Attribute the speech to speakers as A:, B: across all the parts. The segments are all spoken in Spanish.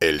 A: El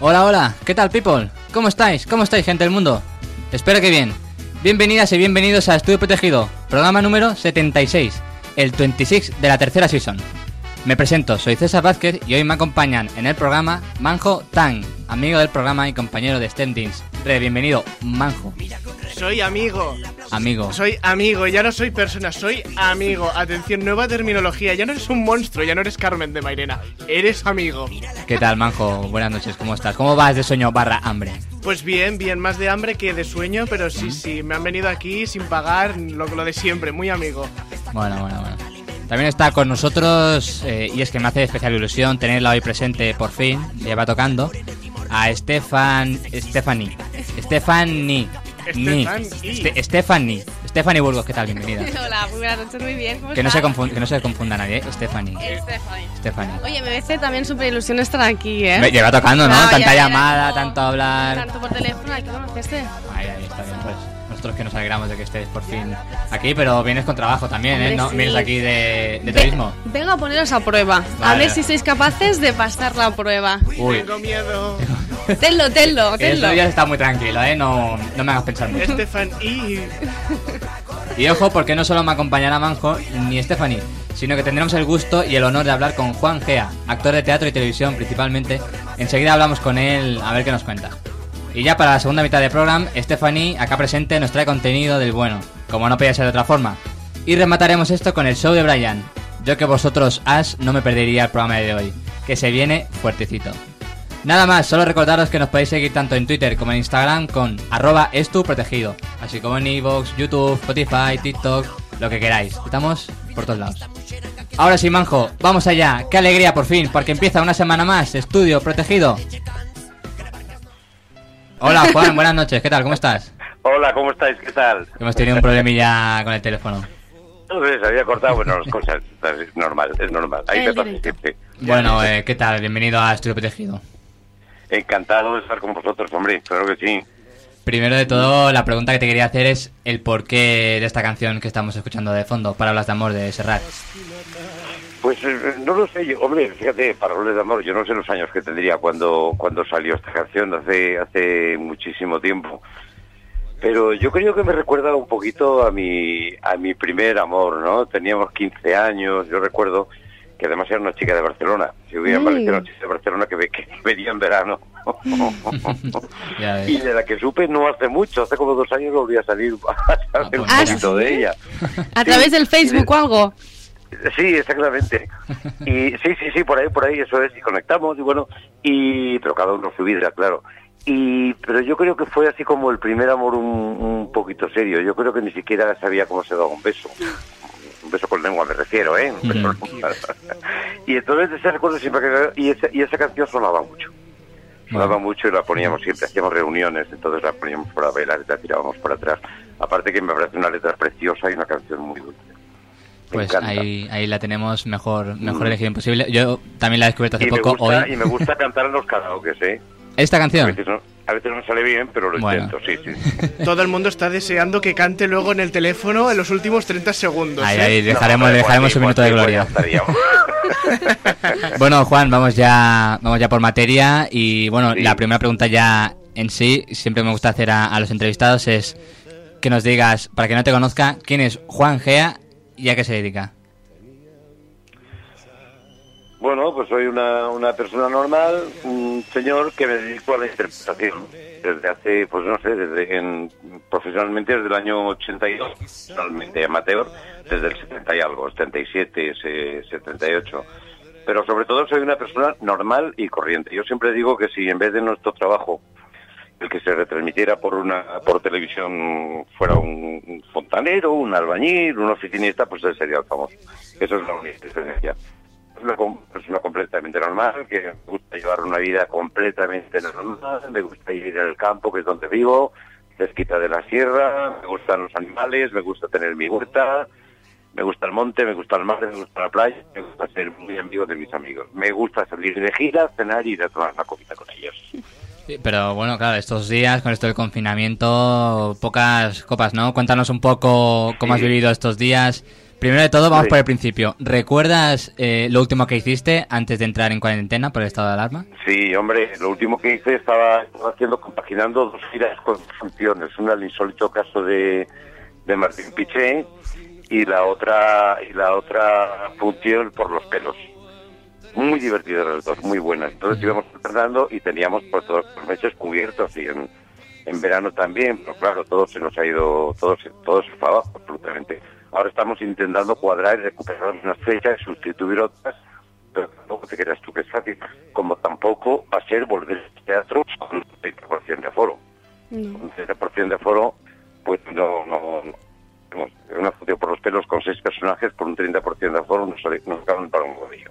B: Hola, hola, ¿qué tal, people? ¿Cómo estáis? ¿Cómo estáis, gente del mundo? Espero que bien. Bienvenidas y bienvenidos a Estudio Protegido, programa número 76, el 26 de la tercera season. Me presento, soy César Vázquez y hoy me acompañan en el programa Manjo Tang, amigo del programa y compañero de Standings. Re, bienvenido, Manjo,
C: Soy amigo.
B: amigo.
C: Soy amigo. Ya no soy persona, soy amigo. Atención, nueva terminología. Ya no eres un monstruo, ya no eres Carmen de Mairena. Eres amigo.
B: ¿Qué tal, Manjo? Buenas noches, ¿cómo estás? ¿Cómo vas de sueño barra hambre?
C: Pues bien, bien, más de hambre que de sueño, pero sí, sí, me han venido aquí sin pagar lo, lo de siempre, muy amigo.
B: Bueno, bueno, bueno. También está con nosotros, eh, y es que me hace especial ilusión tenerla hoy presente por fin, ya va tocando, a Estefan... Stephanie. Stephanie. Ni.
C: Stephanie.
B: Este- Stephanie. Stephanie Burgos, ¿qué tal? Bienvenida.
D: Hola, muy buenas noches, muy bien. ¿Cómo
B: Que no, se
D: estás?
B: confunda, que no se confunda nadie, ¿eh? Stephanie.
D: Estefany.
B: Stephanie.
D: Oye, me hace también súper ilusión estar aquí, ¿eh?
B: Me- Lleva tocando, ¿no?
D: Claro, ya
B: Tanta
D: era
B: llamada,
D: como-
B: tanto hablar.
D: Tanto por teléfono, ¿a ¿qué conociste?
B: Ahí, ahí, está bien, pues. Nosotros que nos alegramos de que estés por fin aquí, pero vienes con trabajo también, ¿eh?
D: Hombre,
B: No,
D: sí.
B: vienes aquí de, de turismo.
D: Ve- Vengo a poneros a prueba. A
B: Vale.
D: ver si sois capaces de pasar la prueba.
B: Uy,
C: Tengo miedo.
D: tenlo, tenlo,
B: el
D: tenlo.
B: ya está muy tranquilo, ¿eh? No, no me hagas pensar mucho.
C: Estefan y
B: Y ojo, porque no solo me acompañará Manjo ni Stephanie, sino que tendremos el gusto y el honor de hablar con Juan Gea, actor de teatro y televisión principalmente. Enseguida hablamos con él a ver qué nos cuenta. Y ya para la segunda mitad del programa, Stephanie, acá presente, nos trae contenido del bueno, como no podía ser de otra forma. Y remataremos esto con el show de Brian. Yo que vosotros, Ash, no me perdería el programa de hoy, que se viene fuertecito. Nada más, solo recordaros que nos podéis seguir tanto en Twitter como en Instagram con arroba estuprotegido, así como en iVoox, YouTube, Spotify, TikTok, lo que queráis. Estamos por todos lados. Ahora sí, Manjo, vamos allá. ¡Qué alegría por fin! Porque empieza una semana más, Estudio Protegido. Hola, Juan, buenas noches. ¿Qué tal? ¿Cómo estás?
E: Hola, ¿cómo estáis? ¿Qué tal?
B: Hemos tenido un problemilla con el teléfono.
E: No sé, se había cortado, bueno, las cosas. Es normal, es normal. Ahí
D: En
E: me pasa
D: directo.
E: siempre.
B: Bueno, eh, ¿qué tal? Bienvenido a Estudio Protegido.
E: Encantado de estar con vosotros, hombre, claro que sí.
B: Primero de todo, la pregunta que te quería hacer es el porqué de esta canción que estamos escuchando de fondo, Palabras de Amor de Serrat.
E: Pues eh, no lo sé, yo, hombre, fíjate, Paroles de Amor, yo no sé los años que tendría cuando, cuando salió esta canción, hace, hace muchísimo tiempo. Pero yo creo que me recuerda un poquito a mi, a mi primer amor, ¿no? Teníamos 15 años, yo recuerdo que además era una chica de Barcelona. Si hubiera
D: Mm.
E: aparecido una chica de Barcelona que, ve- que venía en verano.
B: Ya ves.
E: Y de la que supe no hace mucho, hace como dos años volví a salir a saber un
B: Ah, pues
E: poquito de ella.
D: A través del Facebook o algo.
E: Sí, exactamente. Y sí, sí, sí, por ahí, por ahí, eso es, y conectamos, y bueno, y pero cada uno su vida, claro. Y, pero yo creo que fue así como el primer amor un, un poquito serio. Yo creo que ni siquiera sabía cómo se daba un beso. Un beso con lengua me refiero, ¿eh? Un beso
B: Ujú.
E: con lengua. y entonces ese recuerdo siempre que... Y esa, y esa canción sonaba mucho. Sonaba
B: Bueno.
E: mucho y la poníamos siempre, hacíamos reuniones, entonces la poníamos para bailar y la tirábamos para atrás. Aparte que me parece una letra preciosa y una canción muy dulce. Me
B: Pues
E: encanta.
B: ahí, ahí la tenemos mejor, mejor
E: Mm.
B: elegido imposible. Yo también la he descubierto hace
E: y
B: poco
E: me gusta,
B: hoy.
E: Y me gusta cantar en los karaokes, ¿eh?
B: Esta
E: A
B: canción.
E: veces, no, a veces no sale bien, pero lo
B: Bueno.
E: intento, sí, sí.
C: todo el mundo está deseando que cante luego en el teléfono en los últimos 30 segundos.
B: Ahí,
C: ¿eh?
B: ahí, dejaremos,
E: No,
B: dejaremos un
E: igual
B: minuto de
E: sí, igual
B: gloria.
E: sí, igual ya estaríamos.
B: Bueno, Juan, vamos ya, vamos ya por materia. Y bueno,
E: Sí.
B: la primera pregunta ya en sí, siempre me gusta hacer a, a los entrevistados, es que nos digas, para que no te conozca, quién es Juan Gea y a qué se dedica.
E: Bueno, pues soy una, una persona normal, un señor que me dedico a la interpretación. Desde hace, pues no sé, desde en- profesionalmente desde el año 82, profesionalmente amateur, desde el 70 y algo, 77, se- 78. Pero sobre todo soy una persona normal y corriente. Yo siempre digo que si en vez de nuestro trabajo el que se retransmitiera por una por televisión fuera un fontanero, un albañil, un oficinista, pues ese sería el famoso. Eso es la única diferencia. Es una com- persona completamente normal, que me gusta llevar una vida completamente normal, me gusta vivir en el campo, que es donde vivo, cerquita de la sierra, me gustan los animales, me gusta tener mi huerta, me gusta el monte, me gusta el mar, me gusta la playa, me gusta ser muy amigo de mis amigos. Me gusta salir de gira, cenar y ir a tomar una comida con ellos.
B: Sí, Pero bueno, claro, estos días con esto del confinamiento, pocas copas, ¿no? Cuéntanos un poco cómo has
E: Sí.
B: vivido estos días. Primero de todo, vamos
E: Sí.
B: por el principio. ¿Recuerdas eh, lo último que hiciste antes de entrar en cuarentena por el estado de alarma?
E: Sí, hombre, lo último que hice estaba, estaba haciendo, compaginando dos giras con funciones. Una el insólito caso de, de Martín Piché y la otra y la otra función por los pelos. Muy divertidas las dos, muy buenas. Entonces íbamos alternando y teníamos por todos los meses cubiertos y en, en verano también, pero claro, todo se nos ha ido, todo se, todo se fue abajo absolutamente. Ahora estamos intentando cuadrar y recuperar unas fechas y sustituir otras, pero tampoco te creas tú que es fácil, como tampoco va a ser volver al teatro con un 30% de aforo. Un 30% de aforo, pues no, no, no. Hemos- Una función por los pelos con seis personajes por un 30% de aforo nos, sale- nos acaban para un bolillo.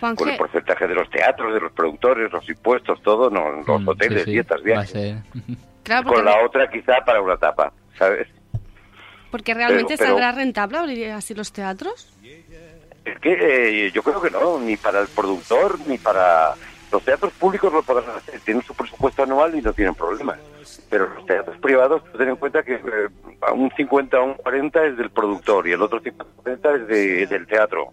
E: Con el
D: Juanje,
E: porcentaje de los teatros, de los productores, los impuestos, todo, no, los
B: Mm, sí,
E: hoteles,
B: sí,
E: dietas,
B: va a
E: viajes
B: ser.
D: claro, porque,
E: con la otra quizá para una tapa, ¿sabes?
D: porque realmente
E: pero- pero-
D: saldrá rentable abrir así los teatros.
E: Es que eh, yo creo que no, ni para el productor, ni para... Los teatros públicos lo podrán hacer, tienen su presupuesto anual y no tienen problemas. Pero los teatros privados, ten en cuenta que eh, a un 50 o un 40 es del productor y el otro 50 o 40 es de- del teatro.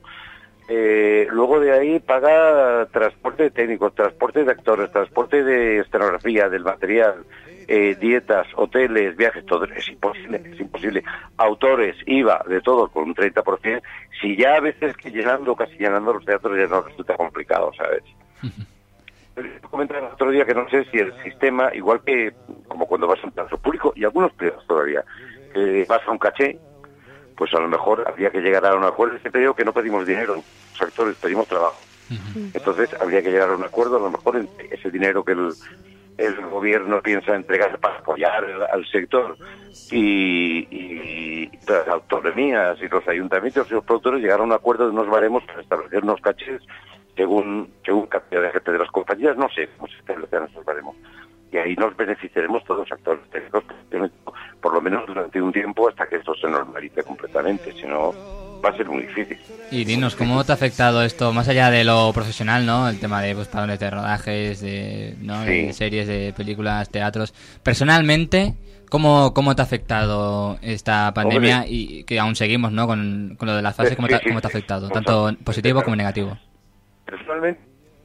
E: Eh, luego de ahí paga transporte de técnicos, transporte de actores, transporte de escenografía, del material, eh, dietas, hoteles, viajes, todo. Es imposible, es imposible. Autores, IVA, de todo, con un 30%. Si ya a veces que llenando, casi llenando los teatros ya no resulta complicado, ¿sabes? comentar el otro día que no sé si el sistema, igual que como cuando vas a un teatro público y algunos privados todavía, que vas a un caché, pues a lo mejor habría que llegar a un acuerdo. Siempre digo que no pedimos dinero, los actores pedimos trabajo. Entonces habría que llegar a un acuerdo, a lo mejor entre ese dinero que el, el gobierno piensa entregar para apoyar al, al sector y, y las autonomías y los ayuntamientos y los productores llegar a un acuerdo de unos baremos para establecer unos cachés según, según cantidad de gente de las compañías, no sé cómo se establecerán esos baremos. Y ahí nos beneficiaremos todos actores técnicos, por lo menos durante un tiempo hasta que esto se normalice completamente, si no va a ser muy difícil.
B: Y dinos, ¿cómo te ha afectado esto, más allá de lo profesional, ¿no? El tema de pues, parones de rodajes, de, ¿no?
E: Sí.
B: de series, de películas, teatros. Personalmente, ¿cómo, cómo te ha afectado esta pandemia
E: Hombre.
B: y que aún seguimos, ¿no? Con, con lo de las fases,
E: Sí,
B: ¿cómo te, ha-
E: sí,
B: cómo te ha
E: sí. Pues
B: afectado?
E: O
B: Tanto
E: sea,
B: positivo
E: sí,
B: como
E: claro.
B: negativo.
E: personalmente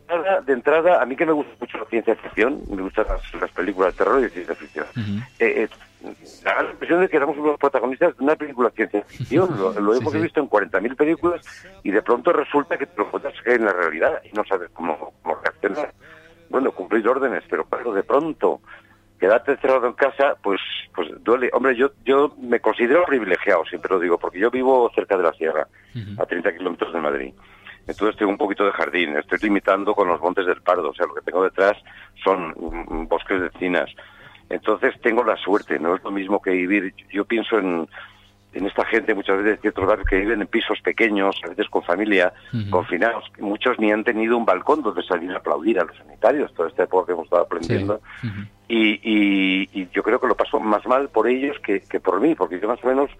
E: nada, de entrada a mí que me gusta mucho la ciencia ficción me gustan las, las películas de terror y de ciencia ficción
B: Ujú.
E: eh, eh, da la impresión de que éramos unos protagonistas de una película de ciencia ficción lo, lo
B: Sí,
E: hemos
B: sí.
E: visto en 40.000 películas y de pronto resulta que te lo encuentras en la realidad y no sabes cómo, cómo reaccionar bueno cumplir órdenes pero claro de pronto quedarte encerrado en casa pues pues duele hombre yo yo me considero privilegiado siempre lo digo porque yo vivo cerca de la sierra
B: Ujú.
E: a 30 kilómetros de Madrid. Entonces tengo un poquito de jardín, estoy limitando con los montes del Pardo, o sea, lo que tengo detrás son mm, bosques de encinas. Entonces tengo la suerte, no es lo mismo que vivir, yo pienso en, en esta gente muchas veces de ciertos barrios que viven en pisos pequeños, a veces con familia,
B: Ujú.
E: confinados, muchos ni han tenido un balcón donde salir a aplaudir a los sanitarios, toda esta época que hemos estado
B: Sí.
E: aprendiendo
B: Ujú.
E: y, y- y yo creo que lo paso más mal por ellos que, que por mí, porque yo más o menos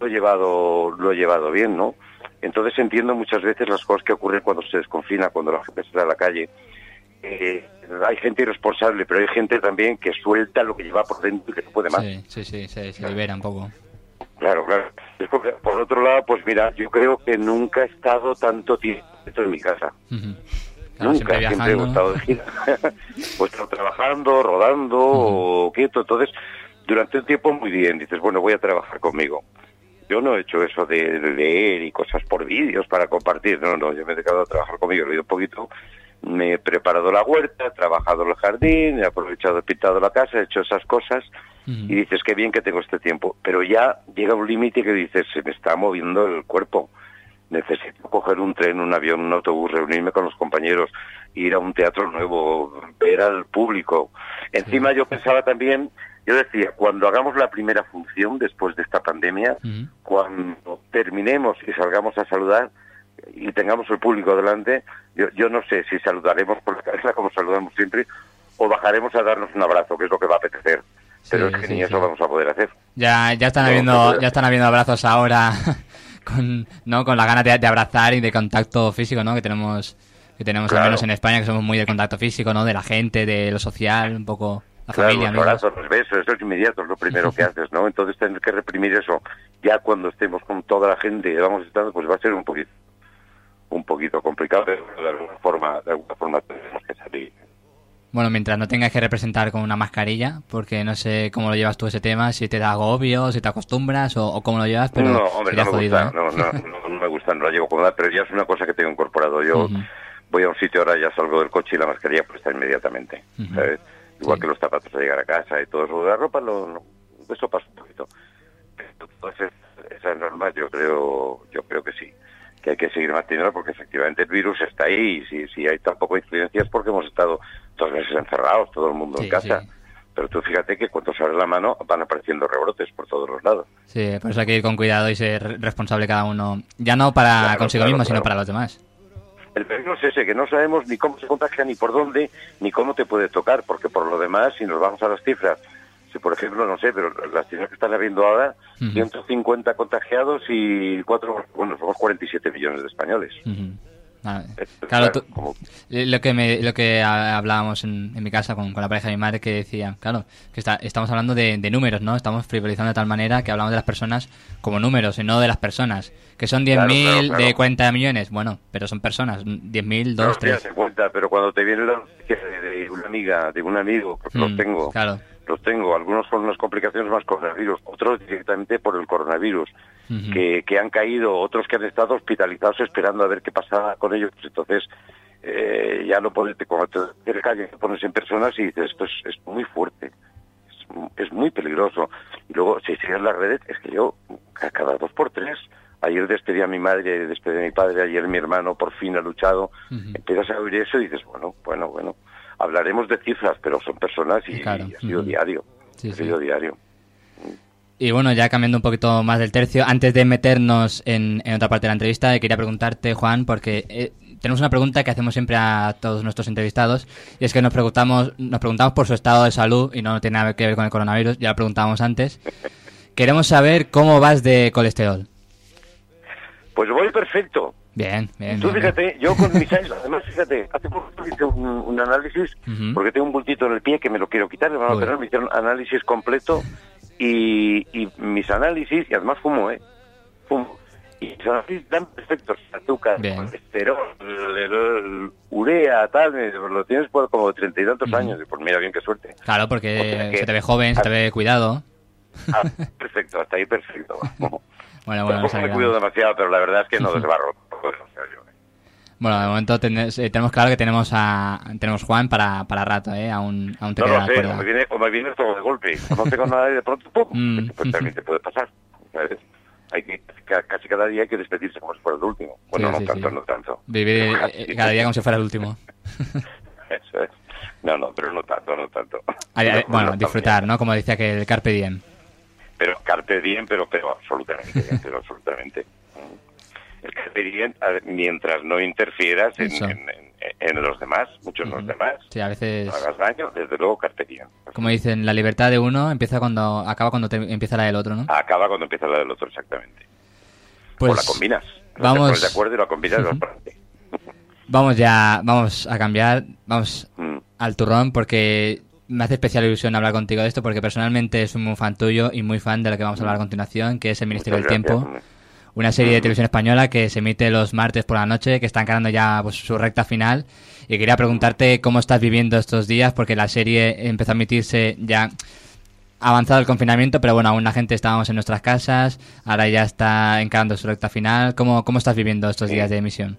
E: lo he llevado, lo he llevado bien, ¿no? Entonces entiendo muchas veces las cosas que ocurren cuando se desconfina, cuando la gente sale a la calle. Eh, hay gente irresponsable, pero hay gente también que suelta lo que lleva por dentro y que no puede más.
B: Sí, sí, sí, se, se libera un poco.
E: Claro, claro. Es porque, Por otro lado, pues mira, yo creo que nunca he estado tanto tiempo dentro de mi casa.
B: Ujú. Claro,
E: Nunca, siempre, he gustado de gira. o he estado trabajando, rodando, o quieto. Entonces, durante un tiempo muy bien, dices, bueno, voy a trabajar conmigo. Yo no he hecho eso de de leer y cosas por vídeos para compartir, no, no, yo me he dedicado a trabajar conmigo, he leído un poquito, me he preparado la huerta, he trabajado el jardín, he aprovechado, he pintado la casa, he hecho esas cosas
B: Ujú.
E: y dices, qué bien que tengo este tiempo. Pero ya llega un límite que dices, se me está moviendo el cuerpo, necesito coger coger un tren, un avión, un autobús, reunirme con los compañeros, ir a un teatro nuevo, ver al público. Encima yo pensaba también, yo decía, cuando hagamos la primera función después de esta pandemia,
B: Ujú.
E: cuando terminemos y salgamos a saludar y tengamos el público delante, yo, yo no sé si saludaremos por la cabeza como saludamos siempre o bajaremos a darnos un abrazo, que es lo que va a apetecer. Pero
B: Sí,
E: es que
B: sí,
E: ni
B: sí.
E: eso vamos a poder hacer.
B: Ya, ya están
E: No,
B: habiendo,
E: joder.
B: ya están habiendo abrazos ahora con, ¿no? con la gana de, de abrazar y de contacto físico, ¿no? Que tenemos, que tenemos
E: Claro.
B: al menos en España, que somos muy de contacto físico, ¿no? De la gente, de lo social, un poco la
E: Claro,
B: familia,
E: los
B: amigos.
E: abrazos, los besos, eso es inmediato, es lo primero que haces, ¿no? Entonces tener que reprimir eso, ya cuando estemos con toda la gente y vamos estando, pues va a ser un poquito, un poquito complicado, pero de alguna forma, de alguna forma tenemos que salir.
B: Bueno, mientras no tengas que representar con una mascarilla, porque no sé cómo lo llevas tú ese tema, si te da agobio, si te acostumbras o, o cómo lo llevas, pero
E: no, hombre,
B: sería
E: no me
B: jodido,
E: gusta,
B: ¿eh?
E: no, no, no, no me gusta, no la llevo cómoda, pero ya es una cosa que tengo incorporado. Yo
B: Ujú.
E: voy a un sitio ahora, ya salgo del coche y la mascarilla puesta inmediatamente,
B: Ujú.
E: ¿sabes? Igual
B: Sí.
E: que los zapatos al llegar a casa y todo eso, la ropa, lo, no, eso pasa un poquito. Pero Todas es- esas normas yo creo, yo creo que sí, que hay que seguir manteniendo porque efectivamente el virus está ahí y si, si hay tan poco incidencia es porque hemos estado dos meses encerrados, todo el mundo
B: Sí,
E: en casa.
B: sí.
E: Pero tú fíjate que cuando sale la mano van apareciendo rebrotes por todos los lados.
B: Sí, por eso hay que ir con cuidado y ser responsable cada uno, ya no para
E: Claro,
B: consigo
E: claro,
B: mismo, sino
E: claro.
B: para los demás.
E: El peligro es ese, que no sabemos ni cómo se contagia, ni por dónde, ni cómo te puede tocar, porque por lo demás, si nos vamos a las cifras, si por ejemplo, no sé, pero las cifras que están habiendo ahora,
B: Ujú.
E: 150 contagiados y cuatro, bueno, somos 47 millones de españoles.
B: Ujú. Ah,
E: Entonces,
B: Claro, tú-
E: como-
B: Eh, Lo que, me, lo que ha- hablábamos en, en mi casa con, con la pareja de mi madre que decía, claro, que está- estamos hablando de, de números, ¿no? Estamos frivolizando de tal manera que hablamos de las personas como números y no de las personas. Que son 10.000
E: Claro, claro,
B: de
E: claro.
B: 40 millones, bueno, pero son personas, 10.000,
E: no
B: 2,
E: te das
B: 3.
E: cuenta, pero cuando te viene la noticia de, de una amiga, de un amigo, porque los tengo,
B: Mm, Claro.
E: los tengo, algunos con unas complicaciones más coronavirus, otros directamente por el coronavirus.
B: Ujú.
E: que, que han caído, otros que han estado hospitalizados esperando a ver qué pasaba con ellos. Pues entonces, eh, ya no pones, cuando te en la calle, te pones en personas y dices, esto es, es muy fuerte, es, mu- es muy peligroso. Y luego, si sigues las redes, es que yo, ca- cada dos por tres, ayer despedí a mi madre, ayer despedí a mi padre, ayer mi hermano por fin ha luchado,
B: Ujú.
E: empiezas a oír eso y dices, bueno, bueno, bueno. Hablaremos de cifras, pero son personas y,
B: Claro.
E: y ha sido
B: Ujú.
E: diario.
B: Sí,
E: ha sido
B: sí.
E: diario.
B: Y bueno, ya cambiando un poquito más del tercio, antes de meternos en, en otra parte de la entrevista, eh, quería preguntarte, Juan, porque eh, tenemos una pregunta que hacemos siempre a todos nuestros entrevistados, y es que nos preguntamos, nos preguntamos por su estado de salud, y no tiene nada que ver con el coronavirus, ya lo preguntábamos antes. Queremos saber cómo vas de colesterol.
E: Pues voy perfecto.
B: Bien, bien.
E: Tú
B: bien, bien.
E: fíjate, yo con mis años, además fíjate, hace poco hice un, un análisis
B: Ujú.
E: porque tengo un bultito en el pie que me lo quiero quitar, me van a
B: Uy.
E: operar, me hicieron análisis completo y, y mis análisis, y además fumo, ¿eh? Fumo. Y mis análisis dan perfectos, azúcar,
B: Bien.
E: colesterol, el- el- urea, tal, me- lo tienes por como treinta y tantos
B: Ujú.
E: años, y pues mira bien qué suerte.
B: Claro, porque
E: O sea que-
B: se te ve joven, se te ve cuidado.
E: Ah, perfecto, hasta ahí perfecto. Bueno,
B: Ah, Bueno, bueno, nos
E: Tampoco me cuido
B: alegramos.
E: demasiado, pero la verdad es que no desbarro. o sea, yo- eh.
B: Bueno, de momento tenés- eh, tenemos claro que tenemos a tenemos Juan para, para rato, ¿eh? Aún, aún te
E: No
B: queda
E: lo
B: la
E: sé,
B: cuerda.
E: o me, viene, o me viene todo de golpe. O no tengo nada y de pronto, ¡pum!
B: Mm.
E: Pues también te puede pasar. ¿sabes? Hay que, ca- casi cada día hay que despedirse como si fuera el último. Bueno,
B: Sí,
E: no
B: sí,
E: tanto,
B: sí.
E: no tanto.
B: Vivir eh, eh, cada día como si fuera el último.
E: Eso es. No, no, pero no tanto, no tanto.
B: A- a-
E: No,
B: bueno,
E: no,
B: disfrutar, ¿no? Como decía que el Carpe Diem.
E: Pero carpe diem, pero, pero absolutamente, pero absolutamente. Mm. El carpe diem, a ver, mientras no interfieras en,
B: Eso.
E: en- en- en los demás, muchos en los demás,
B: Sí, a veces,
E: no hagas daño, desde luego carpe diem.
B: como dicen, la libertad de uno empieza cuando acaba cuando te- empieza la del otro, ¿no?
E: Acaba cuando empieza la del otro, exactamente. Ah, o la combinas.
B: Pues vamos.
E: Te pones de acuerdo y la combinas y la parte.
B: vamos ya, vamos a cambiar, vamos
E: Mm.
B: al turrón porque me hace especial ilusión hablar contigo de esto porque personalmente soy muy fan tuyo y muy fan de lo que vamos a hablar a continuación, que es el Ministerio
E: Mm. Muchas
B: del
E: gracias,
B: Tiempo.
E: hombre.
B: una serie de televisión española que se emite los martes por la noche, que está encarando ya pues, su recta final. Y quería preguntarte cómo estás viviendo estos días, porque la serie empezó a emitirse ya avanzado el confinamiento, pero bueno, aún la gente estábamos en nuestras casas, ahora ya está encarando su recta final. ¿Cómo, cómo estás viviendo estos
E: Sí.
B: días de emisión?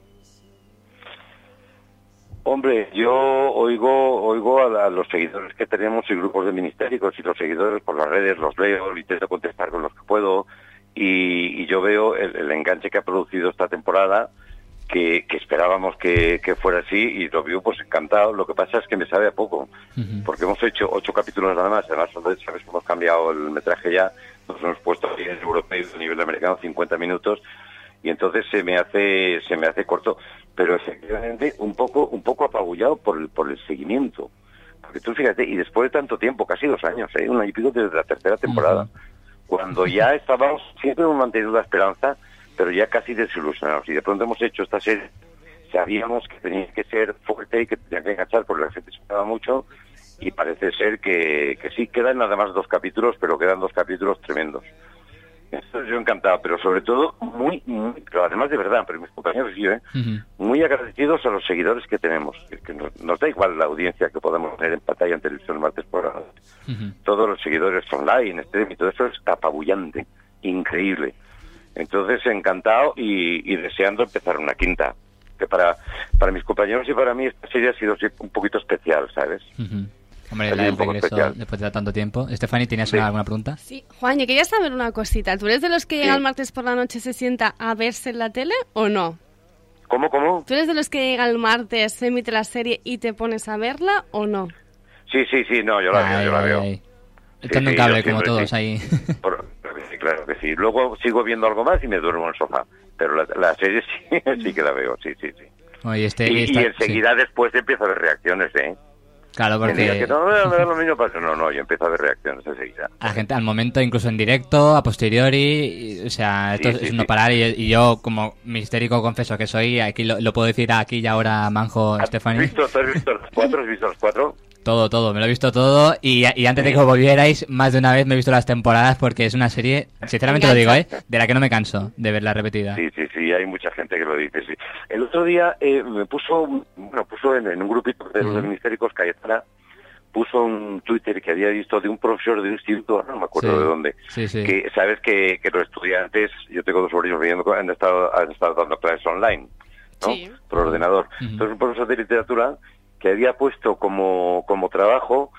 E: Hombre, yo oigo oigo a, la- a los seguidores que tenemos y grupos de ministerios y los seguidores por las redes los leo, intento contestar con los que puedo y, y yo veo el, el enganche que ha producido esta temporada que, que esperábamos que, que fuera así y lo vio pues encantado. Lo que pasa es que me sabe a poco,
B: Ujú.
E: porque hemos hecho ocho capítulos nada más, además sabes que hemos cambiado el metraje ya, nos hemos puesto ahí en europeo a nivel americano 50 minutos y entonces se me hace se me hace corto, pero efectivamente un poco un poco apabullado por el por el seguimiento. Porque tú fíjate, y después de tanto tiempo, casi dos años, ¿eh? un año y pico desde la tercera temporada, cuando ya estábamos, siempre hemos mantenido la esperanza, pero ya casi desilusionados. Y de pronto hemos hecho esta serie, sabíamos que tenía que ser fuerte y que tenía que enganchar porque la gente esperaba mucho, y parece ser que, que sí, quedan nada más dos capítulos, pero quedan dos capítulos tremendos. Esto yo encantado, pero sobre todo muy, muy- pero además de verdad, pero mis compañeros y yo, ¿eh?
B: Ujú.
E: muy agradecidos a los seguidores que tenemos. que- que nos, nos da igual la audiencia que podamos tener en pantalla en televisión el martes por la noche.
B: Ujú.
E: Todos los seguidores online, streaming, todo eso es apabullante, increíble. Entonces, encantado y, y deseando empezar una quinta. Que para, para mis compañeros y para mí esta serie ha sido así un poquito especial, ¿sabes?
B: Ujú. Hombre,
E: Sería
B: la del
E: un poco
B: regreso
E: especial.
B: después de tanto tiempo. Stephanie, ¿tenías
E: Sí.
B: una- alguna pregunta?
D: Sí, Juan, yo quería saber una cosita. ¿Tú eres de los que llega
E: Sí.
D: el martes por la noche y se sienta a verse en la tele o no?
E: ¿Cómo, cómo?
D: ¿Tú eres de los que llega el martes, se emite la serie y te pones a verla o no?
E: Sí, sí, sí, no, yo la veo,
B: Ay,
E: yo la
B: ay,
E: veo.
B: ay. Echando
E: sí,
B: un
E: yo
B: cable como
E: siempre,
B: todos
E: sí.
B: ahí.
E: Por- claro que sí, claro que sí. Luego sigo viendo algo más y me duermo en el sofá. Pero la, la serie sí, sí que la veo, sí, sí, sí.
B: Oye, este,
E: Y,
B: esta-
E: y
B: sí.
E: enseguida después empiezo a ver reacciones, ¿eh?
B: Claro,
E: Que digas
B: porque
E: que no, no, me da lo mismo, pero no, no, yo empiezo a ver reacciones enseguida.
B: a la gente al momento, incluso en directo, a posteriori, y- o sea, esto
E: Sí, sí,
B: es no
E: sí.
B: parar. Y, y yo, como mistérico, confieso que soy, aquí lo, lo puedo decir aquí y ahora, Manjo,
E: ¿Has
B: Stephanie.
E: visto, tú has visto los cuatro? ¿Has visto los cuatro?
B: Todo, todo, me lo he visto todo. Y, y antes de que volvierais, más de una vez me he visto las temporadas porque es una serie, sinceramente lo digo, ¿eh? De la que no me canso de verla repetida.
E: Sí, sí, sí, hay mucha gente que lo dice, sí. El otro día eh, me puso, un- bueno, puso en, en un grupito de los
B: Ujú.
E: ministéricos, Cayetana, puso un Twitter que había visto de un profesor de un instituto, no me acuerdo
B: Sí.
E: de dónde,
B: Sí, sí.
E: que sabes que, que los estudiantes, yo tengo dos sobrinos viviendo, con- han estado, han estado dando clases online, ¿no?
D: Sí.
E: Por ordenador.
B: Ujú.
E: Entonces un profesor de literatura que había puesto como, como trabajo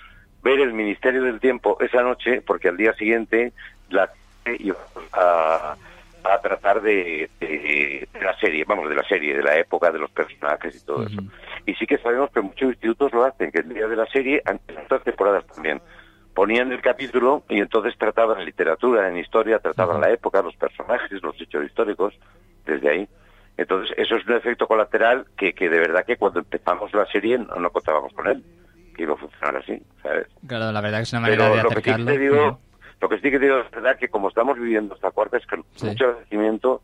E: ver el Ministerio del Tiempo esa noche, porque al día siguiente la iba a, a tratar de, de- de la serie, vamos, de la serie, de la época, de los personajes y todo eso.
B: Ujú.
E: Y sí que sabemos que muchos institutos lo hacen, que el día de la serie, antes de otras temporadas también, ponían el capítulo y entonces trataban literatura, en historia, trataban la época, los personajes, los hechos históricos, desde ahí. Entonces, eso es un efecto colateral que, que de verdad que cuando empezamos la serie no, no contábamos con él, que iba a funcionar así, ¿sabes?
B: Claro, la verdad que es una manera
E: Pero
B: de
E: lo que sí que
B: acercarlo.
E: te digo,
B: Ujú.
E: lo que sí que te digo es verdad que como estamos viviendo esta cuarta es que
B: Sí.
E: mucho agradecimiento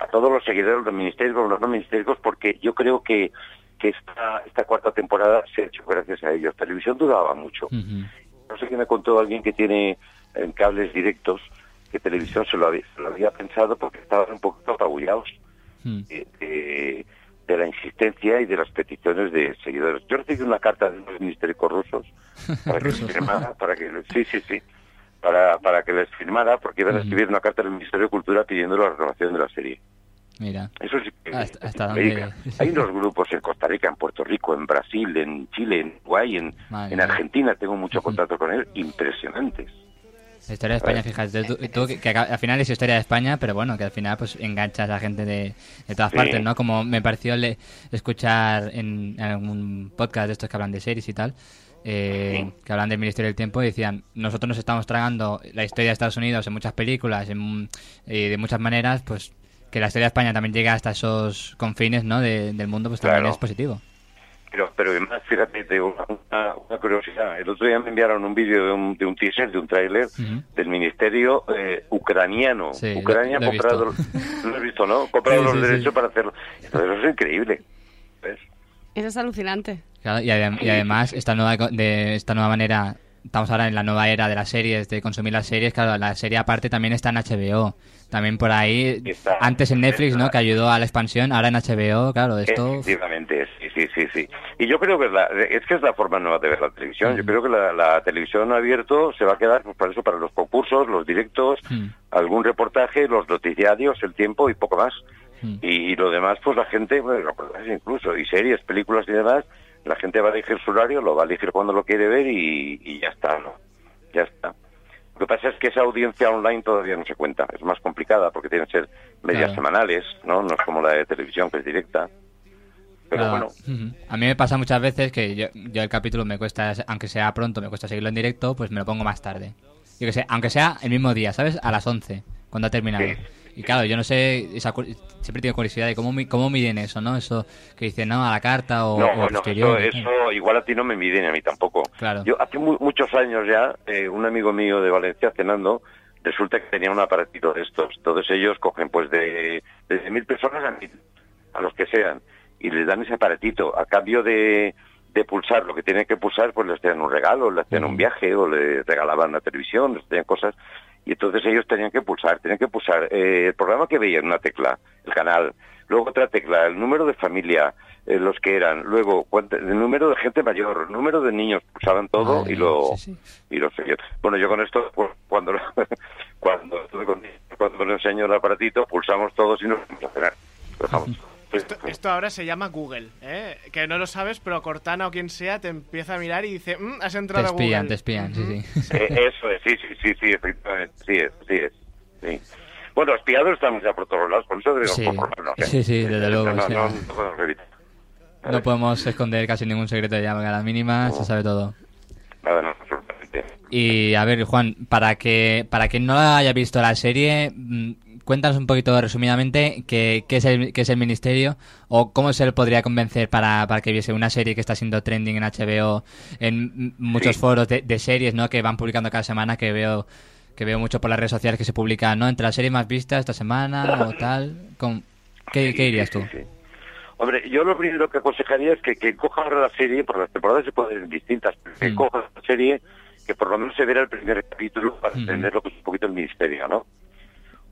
E: a todos los seguidores de los ministerios, los no ministerios, porque yo creo que, que esta, esta cuarta temporada se ha hecho gracias a ellos. Televisión dudaba mucho.
B: Ujú.
E: No sé qué me contó alguien que tiene eh, cables directos, que televisión se lo había, se lo había pensado porque estaban un poquito apabullados
B: Ujú.
E: de, eh, de- de la insistencia y de las peticiones de seguidores. Yo recibí una carta de los ministéricos rusos para que les
B: Rusos.
E: firmara, para que sí, sí, sí, para, para que les firmara, porque iban a
B: Ujú.
E: escribir una carta del Ministerio de Cultura pidiendo la renovación de la serie.
B: Mira.
E: Eso sí que-
B: Ah, Hasta- hasta
E: que
B: dónde-
E: digan. Hay unos grupos en Costa Rica, en Puerto Rico, en Brasil, en Chile, en Uruguay, en,
B: Madre
E: en
B: mía.
E: Argentina. Tengo mucho contacto con ellos, impresionantes.
B: La historia de España, fíjate, tú, tú que, que al final es historia de España, pero bueno, que al final pues enganchas a gente de, de todas
E: Sí.
B: partes, ¿no? Como me pareció le- escuchar en, en algún podcast de estos que hablan de series y tal, eh, que hablan del Ministerio del Tiempo y decían, nosotros nos estamos tragando la historia de Estados Unidos en muchas películas, en, eh, de muchas maneras, pues que la historia de España también llega hasta esos confines, ¿no? de- del mundo, pues también
E: Claro.
B: es positivo.
E: Pero, pero además, fíjate, te digo una, una curiosidad. El otro día me enviaron un vídeo de un, de un teaser, de un tráiler
B: Ujú.
E: del ministerio eh, ucraniano.
B: Sí, lo-
E: Ucrania
B: lo he
E: ha comprado,
B: visto.
E: lo has visto, ¿no? Ha comprado
B: Sí,
E: los
B: sí, sí.
E: derechos para hacerlo. Entonces, eso es increíble. ¿Ves?
D: Eso es alucinante.
B: Claro, y, adem- y además, esta nueva, co- de esta nueva manera, estamos ahora en la nueva era de las series, de consumir las series. Claro, la serie aparte también está en HBO. También por ahí,
E: Está.
B: antes en Netflix, ¿no?
E: Está.
B: Que ayudó a la expansión, ahora en HBO, claro, esto.
E: Efectivamente, sí, sí, sí, sí. Y yo creo que es, la, es que es la forma nueva de ver la televisión. Yo
B: Ujú.
E: creo que la, la televisión abierto se va a quedar pues, para eso, para los concursos, los directos,
B: Mm.
E: algún reportaje, los noticiarios, el tiempo y poco más.
B: Mm.
E: Y lo demás, pues la gente, bueno, reportajes incluso, y series, películas y demás, la gente va a elegir su horario, lo va a elegir cuando lo quiere ver y, y ya está, ¿no? Ya está. Lo que pasa es que esa audiencia online todavía no se cuenta. Es más complicada porque tienen que ser medias
B: Claro.
E: semanales, ¿no? No es como la de televisión que es directa. Pero
B: Ah,
E: bueno,
B: ujú. A mí me pasa muchas veces que yo, yo el capítulo me cuesta, aunque sea pronto, me cuesta seguirlo en directo, pues me lo pongo más tarde. Yo que sé, aunque sea el mismo día, ¿sabes? A las 11, cuando ha terminado.
E: Sí.
B: Y claro, yo no sé, esa cu- siempre tengo curiosidad de cómo, mi- cómo miden eso, ¿no? Eso que dicen, no, a la carta o,
E: no,
B: o
E: bueno, eso,
B: posterior.
E: eso igual a ti no me miden a mí tampoco.
B: Claro.
E: Yo hace mu- muchos años ya, eh, un amigo mío de Valencia cenando, resulta que tenía un aparatito de estos. Todos ellos cogen pues de, desde mil personas a, mil, a los que sean y les dan ese aparatito a cambio de, de pulsar lo que tienen que pulsar, pues les tenían un regalo, les tenían un viaje o les regalaban la televisión, les tenían cosas. Y entonces ellos tenían que pulsar, tenían que pulsar eh, el programa que veían, una tecla, el canal, luego otra tecla, el número de familia, eh, los que eran, luego cuánta- el número de gente mayor, el número de niños, pulsaban todo
B: Madre
E: y lo
B: mía, sí, sí.
E: y lo sé yo. Bueno, yo con esto, pues, cuando cuando estuve con- cuando le enseño el aparatito, pulsamos todos y nos vamos a cenar. Lo dejamos.
C: Esto, esto ahora se llama Google, ¿eh? Que no lo sabes, pero Cortana o quien sea te empieza a mirar y dice, "Mm, has
B: Te
C: entrado a Google.
B: espían, te espían, sí, sí.
E: Eh, eso es, sí, sí, sí, sí, efectivamente, sí es, sí es, sí. Bueno, los pillados estamos ya por todos lados, por eso digo,
B: Sí.
E: por favor, no, o sea,
B: Sí, sí, desde
E: eh,
B: luego,
E: No,
B: o
E: no,
B: sea.
E: no, no podemos evitar.
B: No podemos esconder casi ningún secreto ya, porque a la mínima se sabe todo.
E: Nada, no, absolutamente.
B: Y a ver, Juan, para que para quien no haya visto la serie, mm, cuéntanos un poquito resumidamente qué, qué es, el, qué es el ministerio o cómo se le podría convencer para, para que viese una serie que está siendo trending en HBO, en mm, muchos
E: Sí.
B: foros de, de series ¿no? que van publicando cada semana, que veo que veo mucho por las redes sociales que se publican, ¿no? Entre las series más vistas esta semana o tal. Con... ¿Qué,
E: Sí,
B: ¿Qué dirías
E: sí,
B: tú?
E: sí, sí. Hombre, yo lo primero que aconsejaría es que, que coja ahora la serie, porque las temporadas se pueden ver distintas, pero que
B: Mm.
E: coja la serie, que por lo menos se viera el primer capítulo para
B: Ujú.
E: entender lo que es un poquito el ministerio, ¿no?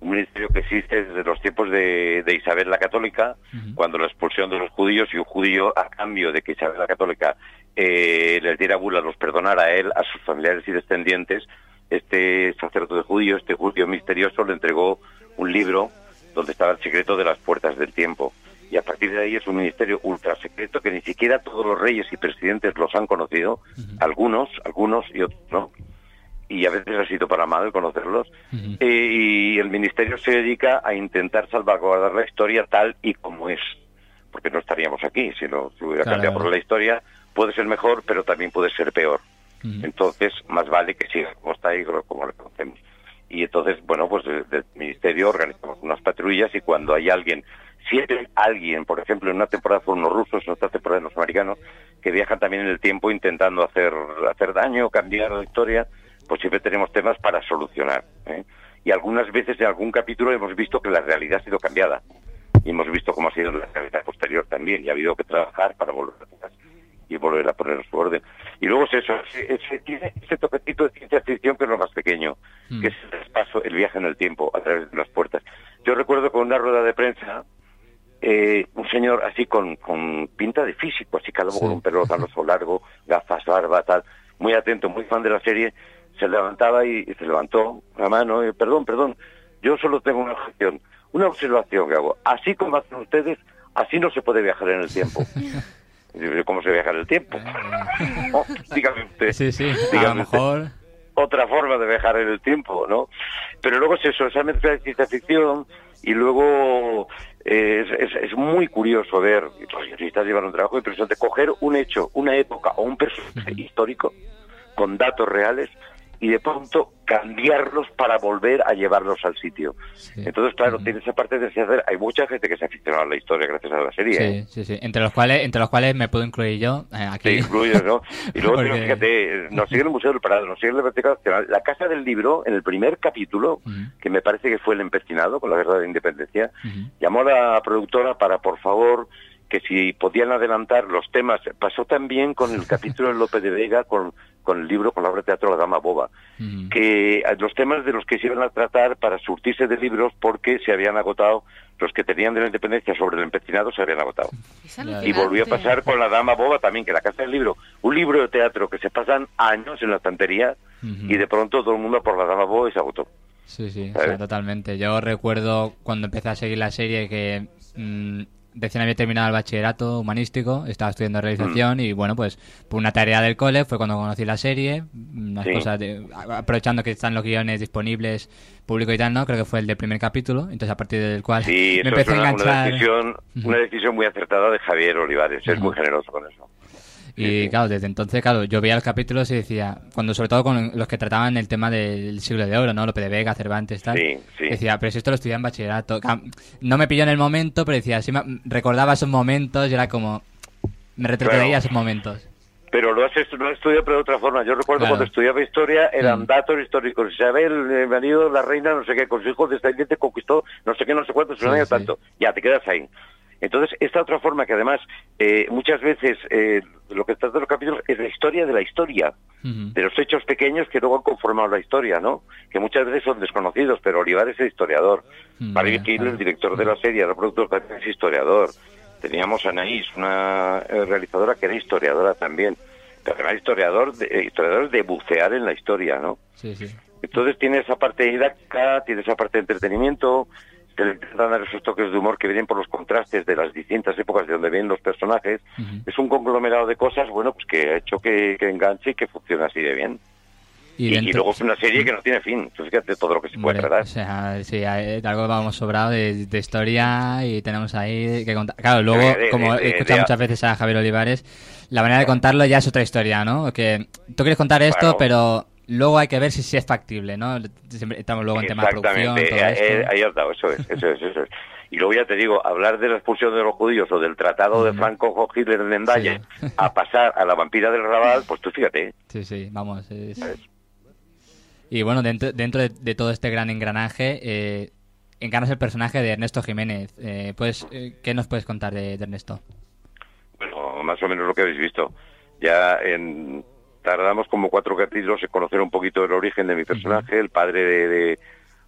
E: Un ministerio que existe desde los tiempos de, de Isabel la Católica,
B: Ujú.
E: cuando la expulsión de los judíos y un judío, a cambio de que Isabel la Católica eh, les diera bula, los perdonara a él, a sus familiares y descendientes, este sacerdote judío, este judío misterioso, le entregó un libro donde estaba el secreto de las puertas del tiempo. Y a partir de ahí es un ministerio ultra secreto que ni siquiera todos los reyes y presidentes los han conocido, algunos, algunos y otros no. Y a veces ha sido para mal conocerlos.
B: Ujú.
E: Eh, y el ministerio se dedica a intentar salvaguardar la historia tal y como es. Porque no estaríamos aquí si no se hubiera
B: Claro.
E: cambiado por la historia. Puede ser mejor, pero también puede ser peor.
B: Ujú.
E: Entonces, más vale que siga como está y como lo conocemos. Y entonces, bueno, pues desde el ministerio organizamos unas patrullas y cuando hay alguien, siempre hay alguien, por ejemplo, en una temporada fueron los rusos, en otra temporada los americanos, que viajan también en el tiempo intentando hacer, hacer daño, cambiar la historia, pues siempre tenemos temas para solucionar. ¿eh? Y algunas veces en algún capítulo hemos visto que la realidad ha sido cambiada. Y hemos visto cómo ha sido la realidad posterior también y ha habido que trabajar para volver atrás y volver a poner su orden. Y luego es eso, ese, ese- tiene ese toquecito de ciencia ficción que es lo más pequeño,
B: Mm.
E: que es el traspaso, el viaje en el tiempo a través de las puertas. Yo recuerdo con una rueda de prensa, eh, un señor así con, con pinta de físico, así calvo,
B: Sí.
E: con un pelo canoso largo, gafas, barba, tal, muy atento, muy fan de la serie, se levantaba y, y se levantó la mano, y, perdón, perdón, yo solo tengo una objeción, una observación que hago, así como hacen ustedes, así no se puede viajar en el tiempo. Y yo, ¿Cómo se viaja en el tiempo?
B: Ah.
E: No, dígame usted.
B: Sí, sí, a lo
E: dígame usted
B: mejor.
E: otra forma de viajar en el tiempo, ¿no? Pero luego es eso, esa mezcla de ciencia ficción y luego eh, es, es- es muy curioso ver, pues, los guionistas llevan un trabajo impresionante, coger un hecho, una época o un personaje histórico con datos reales y de pronto cambiarlos para volver a llevarlos al sitio.
B: Sí.
E: Entonces, claro,
B: Ujú.
E: tiene esa parte de hacer. Hay mucha gente que se ha aficionado a la historia gracias a la serie. ¿eh?
B: Sí, sí, sí. Entre los cuales, entre los cuales me puedo incluir yo eh,
E: te
B: aquí.
E: incluyes, ¿no? Y luego,
B: Porque-
E: pero fíjate, nos sigue el Museo del Prado, nos sigue la Biblioteca Nacional. La Casa del Libro, en el primer capítulo,
B: Ujú.
E: que me parece que fue el empecinado con la Guerra de la Independencia,
B: Ujú.
E: llamó a la productora para, por favor, que si podían adelantar los temas. Pasó también con el capítulo de López de Vega, con, con el libro, con la obra de teatro La Dama Boba
B: Ujú.
E: que los temas de los que se iban a tratar para surtirse de libros porque se habían agotado los que tenían de la independencia sobre el empecinado se habían agotado.
D: Es
E: Y volvió a
D: alucinante.
E: pasar con la dama boba también, que la casa del libro, un libro de teatro que se pasan años en la estantería
B: Ujú.
E: y de pronto todo el mundo por la dama boba y se agotó.
B: Sí, sí, o
E: ¿sabes?
B: sea, totalmente. Yo recuerdo cuando empecé a seguir la serie que mm, recién había terminado el bachillerato humanístico, estaba estudiando
E: Mm.
B: realización y bueno, pues por una tarea del cole fue cuando conocí la serie, unas
E: Sí.
B: cosas de- a- aprovechando que están los guiones disponibles, público y tal, ¿no? Creo que fue el del primer capítulo, entonces a partir del cual
E: Sí,
B: me
E: eso es
B: empecé a
E: una, una
B: enganchar.
E: decisión,
B: Ujú.
E: una decisión muy acertada de Javier Olivares. Es
B: Ujú.
E: muy generoso con eso. Sí,
B: Y
E: sí.
B: claro, desde entonces, claro, yo veía los capítulos y decía, cuando sobre todo con los que trataban el tema del siglo de oro, ¿no? Lope de Vega, Cervantes, tal.
E: Sí, sí.
B: Decía, pero si esto lo estudié en bachillerato. Ca- No me pilló en el momento, pero decía, sí, me- recordaba esos momentos y era como, me retrotraía
E: Claro.
B: a esos momentos.
E: Pero lo has, estu- lo has estudiado pero de otra forma. Yo recuerdo
B: Claro.
E: cuando estudiaba historia, eran
B: Mm.
E: datos históricos. Isabel, eh, marido, la reina, no sé qué, con sus hijos descendientes conquistó no sé qué, no sé cuánto,
B: Sí,
E: un año
B: sí.
E: tanto. Ya, te quedas ahí. Entonces, esta otra forma que además eh, muchas veces eh, lo que trata los capítulos es la historia de la historia,
B: Ujú.
E: de los hechos pequeños que luego han conformado la historia, ¿no? Que muchas veces son desconocidos, pero Olivares es historiador.
B: Mm,
E: Mario
B: ya,
E: Quil,
B: claro.
E: el director de la serie, productor también es historiador. Teníamos a Anaís, una eh, realizadora que era historiadora también. Pero además historiador de, eh, historiador de bucear en la historia, ¿no?
B: Sí, sí.
E: Entonces tiene esa parte didáctica, tiene esa parte de entretenimiento, que le intentan dar esos toques de humor que vienen por los contrastes de las distintas épocas de donde vienen los personajes.
B: Ujú.
E: Es un conglomerado de cosas, bueno, pues que ha hecho que, que enganche y que funcione así de bien. Y, y luego es una serie que no tiene fin. Tú fíjate todo lo que se puede
B: Hombre,
E: tratar.
B: o sea, sí, hay- de algo vamos sobrado de, de historia y tenemos ahí que contar. Claro, luego,
E: De- de-
B: como
E: de-
B: he
E: de-
B: escuchado
E: de-
B: muchas veces a Javier Olivares, la manera de contarlo ya es otra historia, ¿no? Que tú quieres contar esto,
E: Claro.
B: pero luego hay que ver si, si es factible, ¿no? Siempre estamos luego en temas de producción, todo
E: eh, eh,
B: esto.
E: ahí has dado, eso es, eso es, eso es. Y luego ya te digo, hablar de la expulsión de los judíos o del tratado de Franco con Hitler en Endaya
B: Sí.
E: a pasar a la vampira del Raval, pues tú fíjate.
B: Sí, sí, vamos. es- Y bueno, dentro, dentro de, de todo este gran engranaje, eh, encarnas el personaje de Ernesto Jiménez. Eh, pues, eh, ¿qué nos puedes contar de, de Ernesto?
E: Bueno, más o menos lo que habéis visto. Ya en- tardamos como cuatro capítulos en conocer un poquito el origen de mi personaje, el padre de, de,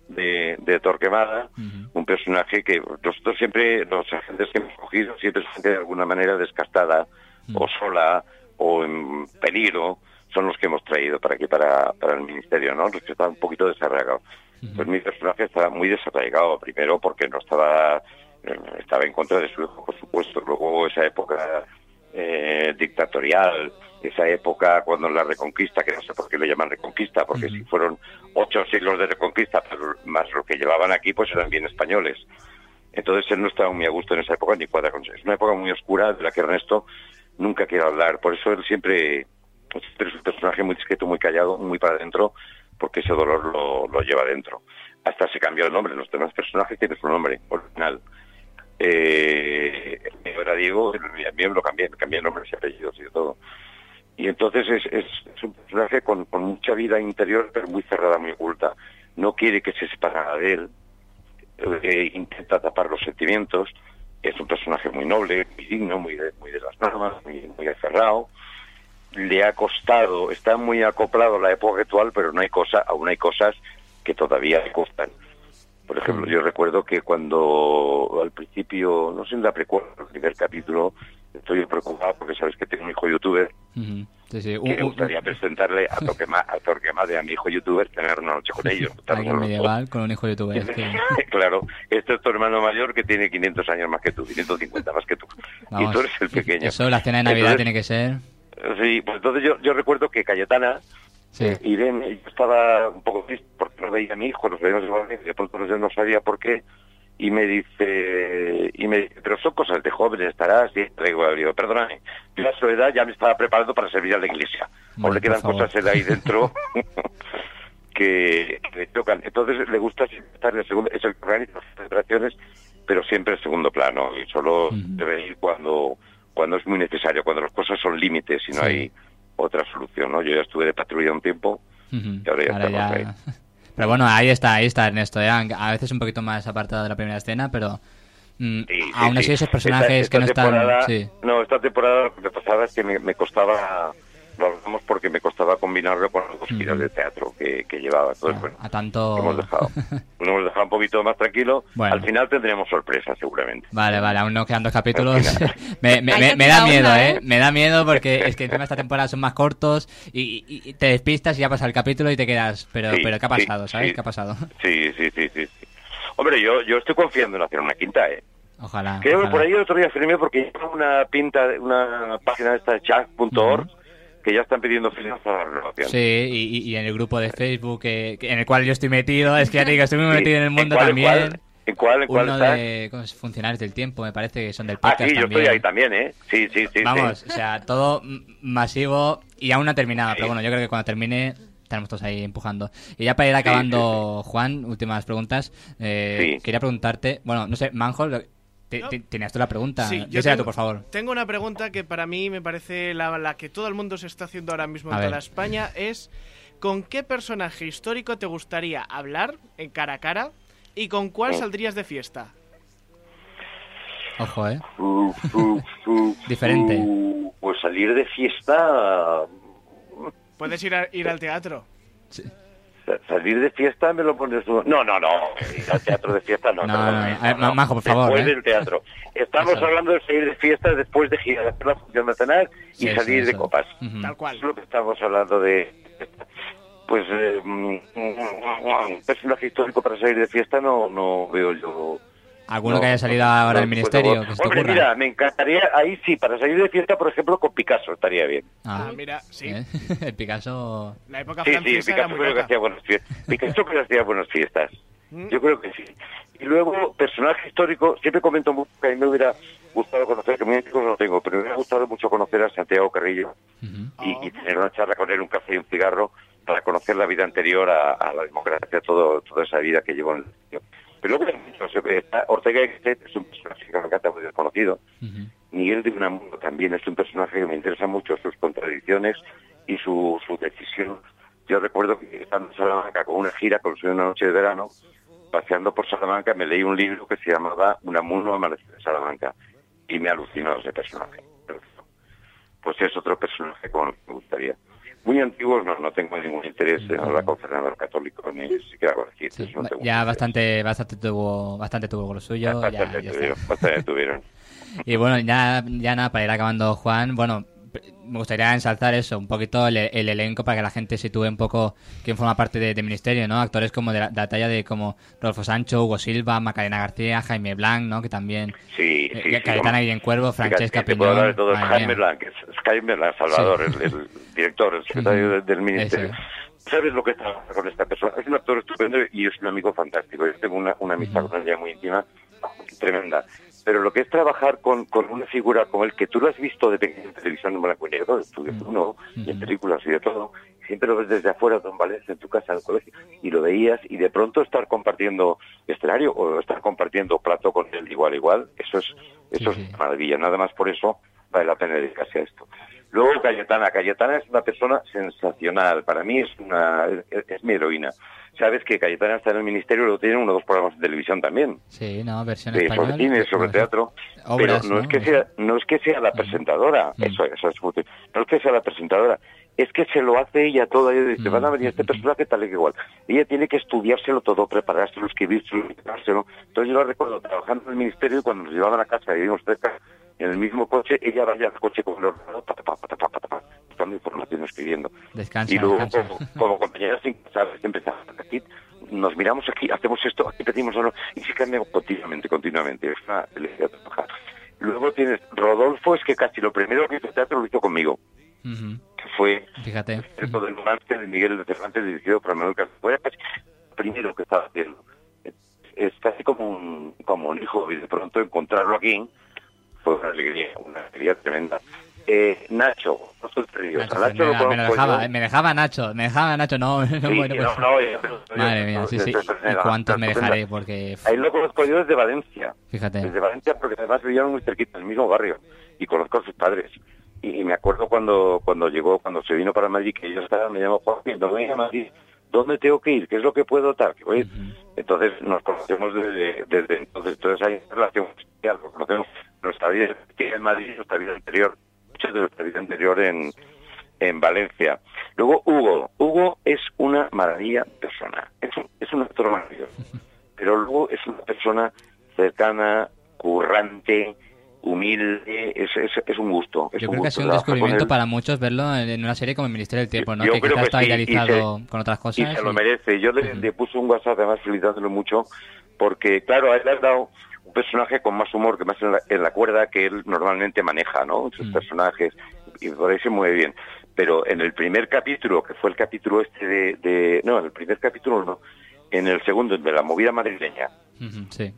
E: de- de Torquemada,
B: Ujú.
E: un personaje que nosotros siempre, los agentes que hemos cogido, siempre es gente de alguna manera descastada
B: Ujú.
E: o sola o en peligro, son los que hemos traído para aquí, para, para el ministerio, ¿no? Los que están un poquito desarraigados.
B: Mm.
E: Pues mi personaje estaba muy desarraigado, primero porque no estaba eh, estaba en contra de su hijo, por supuesto. Luego esa época eh, dictatorial, esa época cuando la reconquista, que no sé por qué le llaman reconquista, porque
B: Ujú.
E: si fueron ocho siglos de reconquista, pero más lo que llevaban aquí, pues eran bien españoles. Entonces él no estaba muy a gusto en esa época ni cuadra con Es una época muy oscura de la que Ernesto nunca quiere hablar. Por eso él siempre, siempre es un personaje muy discreto, muy callado, muy para adentro, porque ese dolor lo, lo lleva adentro. Hasta se cambió el nombre. Los demás personajes tienen su nombre original. Eh, ahora Diego, a mí me lo cambié, me cambié el nombre, y apellidos y de todo. Y entonces es, es- es un personaje con, con mucha vida interior, pero muy cerrada, muy oculta. No quiere que se separa de él, eh, intenta tapar los sentimientos. Es un personaje muy noble, muy digno, muy de, muy de las normas, muy, muy aferrado. Le ha costado, está muy acoplado a la época actual, pero no hay cosa, aún hay cosas que todavía le costan. Por ejemplo, yo recuerdo que cuando al principio, no sé, en la precuela, el primer capítulo, estoy preocupado porque sabes que tengo un hijo youtuber
B: Ujú. Sí, Uh, sí.
E: que
B: Un-
E: me
B: un-
E: gustaría presentarle a Torquemada, a Torquemada y a mi hijo youtuber, tener una noche con ellos. juntarnos
B: Alguien
E: a los dos.
B: medieval con un hijo youtuber. es que-
E: claro, este es tu hermano mayor que tiene 500 años más que tú, 550 más que tú. y
B: vamos,
E: tú eres el pequeño.
B: Eso, la cena de Navidad
E: Entonces,
B: tiene que ser.
E: Sí, pues entonces yo, yo recuerdo que Cayetana,
B: Sí.
E: eh, Irene, yo estaba un poco triste porque no veía a mi hijo, nos veíamos igual, y de pronto yo no sabía por qué. Y me dice, y me dice, pero son cosas de jóvenes, estarás, y le digo, digo, perdóname, yo a su edad ya me estaba preparando para servir a la iglesia. Aún
B: Bueno,
E: le quedan
B: por favor.
E: cosas en- ahí dentro que le chocan. Entonces le gusta siempre estar en el segundo, es el que organiza las celebraciones, pero siempre en segundo plano y solo
B: Ujú.
E: debe ir cuando, cuando es muy necesario, cuando las cosas son límites y no
B: Sí.
E: hay otra solución. ¿no? Yo ya estuve de patrulla un tiempo
B: Ujú.
E: y ahora ya estamos ahí.
B: Pero bueno, ahí está, ahí está Ernesto. ¿eh? Aunque A veces un poquito más apartado de la primera escena, pero mm,
E: Sí, sí,
B: aún así
E: sí.
B: esos personajes
E: Esta-
B: que no
E: esta
B: están...
E: temporada-
B: Sí.
E: No, esta temporada lo que me pasaba es que me, me costaba, lo hablamos porque me costaba combinarlo con los dos
B: Ujú.
E: giras de teatro que, que llevaba. Entonces,
B: a-
E: pues bueno,
B: a tanto...
E: Lo hemos dejado. Lo hemos dejado un poquito más tranquilo.
B: Bueno.
E: Al final tendremos sorpresa, seguramente.
B: Vale, vale, aún nos quedan dos capítulos. me, me-
D: Ahí
B: me-
D: te
B: me
D: queda
B: da
D: una,
B: miedo,
D: ¿eh?
B: ¿eh? Me da miedo porque es que encima esta temporada son más cortos y, y- y te despistas y ya pasa el capítulo y te quedas. Pero,
E: Sí,
B: pero ¿qué ha
E: sí,
B: pasado? ¿Sabes
E: sí.
B: qué ha pasado?
E: Sí, sí, sí, sí. sí. Hombre, yo, yo estoy confiando en hacer una quinta, ¿eh?
B: Ojalá.
E: Creo que
B: ojalá.
E: por ahí el otro día firmé porque lleva una pinta, de- una página de esta chat.org que ya están pidiendo firmas para la renovación.
B: Sí, y, y- y en el grupo de Facebook eh, que- en el cual yo estoy metido, es que ya te digo, estoy muy
E: Sí.
B: metido en el mundo
E: cuál,
B: también.
E: ¿En cuál, en cuál, en
B: Uno
E: cuál estás?
B: de ¿cómo es? funcionarios del tiempo, me parece que son del
E: Ah,
B: podcast.
E: sí, yo
B: también.
E: estoy ahí también, ¿eh? Sí, sí, sí.
B: Vamos,
E: sí.
B: o sea, todo m- masivo y aún no ha terminado, pero bueno, yo creo que cuando termine estaremos todos ahí empujando. Y ya para ir acabando, Juan, últimas preguntas. eh,
E: Sí.
B: Quería preguntarte, bueno, no sé, Manhol, te- te- tenías tú la pregunta.
C: Sí, yo
B: Dísela
C: tengo-
B: tú, por favor.
C: Tengo una pregunta que para mí me parece la, la que todo el mundo se está haciendo ahora mismo en
B: A
C: toda
B: ver.
C: España, es ¿con qué personaje histórico te gustaría hablar en cara a cara y con cuál
E: Oh.
C: saldrías de fiesta?
B: Ojo, ¿eh?
E: Uf, uf, uf,
B: Diferente.
E: uf. Pues salir de fiesta.
C: Puedes ir, a- ir al teatro.
E: sa- Salir de fiesta me lo pones tú. No, no, no. Ir al teatro de fiesta no.
B: No,
E: perdóname,
B: no, no. A ver, Ma- Majo, por favor,
E: Después
B: ¿eh?
E: del teatro. Estamos
B: Eso.
E: hablando de salir de fiesta después de girar hacer la función nacional
B: Sí,
E: y salir
B: sí,
E: de
B: eso.
E: copas.
B: Ujú.
C: Tal cual.
E: Es lo que estamos hablando de. Pues eh, un personaje histórico para salir de fiesta no, no veo yo.
B: ¿Alguno
E: No,
B: que haya salido
E: no,
B: ahora
E: no,
B: del
E: pues,
B: ministerio?
E: no.
B: que se te
E: Hombre,
B: ocurra?
E: mira, me encantaría, ahí sí, para salir de fiesta, por ejemplo, con Picasso estaría bien.
C: Ah,
B: Ah,
C: mira, sí.
B: ¿eh? El Picasso.
C: La época
E: Sí, sí,
C: francesa era
E: Picasso
C: muy
E: creo que
C: loca.
E: hacía buenas fiestas. Picasso creo que hacía buenas fiestas.
C: Mm.
E: Yo creo que sí. Y luego, personaje histórico, siempre comento mucho que a mí me hubiera gustado conocer, que muy antiguos no tengo, pero me hubiera gustado mucho conocer a Santiago Carrillo
B: Ujú.
E: y, y
C: Oh.
E: tener una charla con él, un café y un cigarro, para conocer la vida anterior a, a la democracia, todo, toda esa vida que llevó en el... Pero luego, no sé, está Ortega y Gasset es un personaje que me encanta, muy desconocido.
B: Ujú.
E: Miguel de Unamuno también es un personaje que me interesa mucho, sus contradicciones y su, su decisión. Yo recuerdo que estando en Salamanca con una gira, con una noche de verano, paseando por Salamanca me leí un libro que se llamaba Unamuno amanecer en Salamanca y me alucinó ese personaje. Pues es otro personaje con el que me gustaría. Muy antiguos no, no tengo ningún interés en hablar con Fernando el Católico ni siquiera con Egipto,
B: Sí,
E: no tengo
B: ya
E: interés.
B: bastante, bastante tuvo, bastante tuvo con lo suyo. ya-
E: Bastante
B: ya está.
E: tuvieron, bastante tuvieron.
B: Y bueno, ya, ya nada, para ir acabando, Juan, bueno, p- me gustaría ensalzar eso, un poquito el, el elenco para que la gente sitúe un poco quién forma parte de, de Ministerio, ¿no? Actores como de la, de la talla de como Rodolfo Sancho, Hugo Silva, Macarena García, Jaime Blanc, ¿no? Que también...
E: Sí,
B: eh,
E: sí, sí,
B: Cayetana
E: hombre.
B: Guillén Cuervo,
E: Fíjate,
B: Francesca
E: te puedo hablar de
B: Piñón...
E: todo.
B: madre
E: Jaime
B: mía.
E: Blanc, es- es Jaime Blanc Salvador,
B: Sí.
E: el, el director, el secretario
B: Ujú.
E: del ministerio.
B: Eso
E: ¿Sabes lo que está con esta persona? Es un actor estupendo y es un amigo fantástico. Yo tengo una, una amistad con él ya muy íntima, tremenda. Pero lo que es trabajar con, con una figura como el que tú lo has visto de pequeño en televisión en blanco y negro, en Estudio Uno, y en películas y de todo, siempre lo ves desde afuera, Don Valencia, en tu casa, en el colegio, y lo veías, y de pronto estar compartiendo escenario o estar compartiendo plato con él de igual a igual, eso es, eso
B: Sí,
E: es
B: sí.
E: maravilla. Nada más por eso vale la pena dedicarse a esto. Luego Cayetana. Cayetana es una persona sensacional. Para mí es una es, es mi heroína. Sabes que Cayetana está en el ministerio, lo tiene uno o dos programas de televisión también.
B: Sí, ¿no? Versión
E: de-
B: española.
E: sobre cine,
B: pues,
E: sobre
B: sí.
E: teatro.
B: Obras,
E: pero no, es
B: ¿no?
E: que sea, no es que sea la presentadora.
B: Mm.
E: Eso, eso es útil. No es que sea la presentadora. Es que se lo hace ella toda. Ella dice,
B: Mm.
E: van a venir este personaje tal y que igual. Ella tiene que estudiárselo todo, preparárselo, escribírselo, preparárselo. Entonces yo lo recuerdo trabajando en el ministerio y cuando nos llevaban a casa y vivimos cerca, en el mismo coche, ella vaya al coche con el ordenador, pa, pa, pa, pa, pa, pa, buscando información, escribiendo.
B: Descansa,
E: Y luego,
B: descansa.
E: como, como compañeros, ¿sabes? Siempre estamos aquí, nos miramos aquí, hacemos esto, aquí pedimos algo, y se cambia continuamente, continuamente. Es una delicia trabajar. Luego tienes Rodolfo, es que casi lo primero que hizo teatro lo hizo conmigo,
B: Ujú,
E: que fue
B: Fíjate.
E: el todo del Levante de Miguel de Cervantes, dirigido por Manuel Castro. Era casi lo primero que estaba haciendo. Es- Es casi como un, como un hijo, y de pronto encontrarlo aquí fue una alegría, una alegría tremenda. Eh, Nacho, no soy
B: Nacho
E: Nacho, Nacho
B: Fernández, me
E: lo
B: lo
E: conozco yo.
B: dejaba, eh, me dejaba Nacho, me dejaba Nacho, no, no,
E: Sí,
B: bueno,
E: no,
B: pues-
E: no, oye, pero-
B: Madre mía, sí, sí. ¿Y cuántos me dejaré? Porque,
E: Ahí lo conozco yo desde Valencia.
B: fíjate.
E: Desde Valencia, porque además vivían muy cerquita, en el mismo barrio. Y conozco a sus padres. Y, y me acuerdo cuando cuando llegó, cuando se vino para Madrid, que yo estaba, me llamó Joaquín, no me a Madrid. ¿Dónde tengo que ir? ¿Qué es lo que puedo tal? Que voy a ir. Entonces nos conocemos desde, desde entonces. Entonces hay una relación especial, porque conocemos nuestra vida en Madrid y nuestra vida anterior. Mucho de nuestra vida anterior en, en Valencia. Luego Hugo. Hugo es una maravilla persona. Es un, es un actor maravilloso. Pero luego es una persona cercana, currante, humilde. Es, es, es un gusto. es
B: Yo
E: un
B: creo que ha
E: gusto
B: sido un
E: trabajar con
B: descubrimiento
E: él.
B: para muchos verlo en en una serie como El Ministerio del Tiempo, ¿no?
E: Yo
B: que
E: creo
B: quizás
E: que
B: está
E: sí, y
B: idealizado con otras
E: y
B: cosas.
E: se lo
B: y-
E: merece. Yo le, le puse un WhatsApp además felicitándolo mucho porque, claro, a él le han dado un personaje con más humor, que más en la, en la cuerda que él normalmente maneja, ¿no? Sus
B: Mm.
E: personajes, y por ahí se mueve bien. Pero en el primer capítulo, que fue el capítulo este de... de- no, en el primer capítulo no, en el segundo, el de la movida madrileña,
B: Ujú, Sí,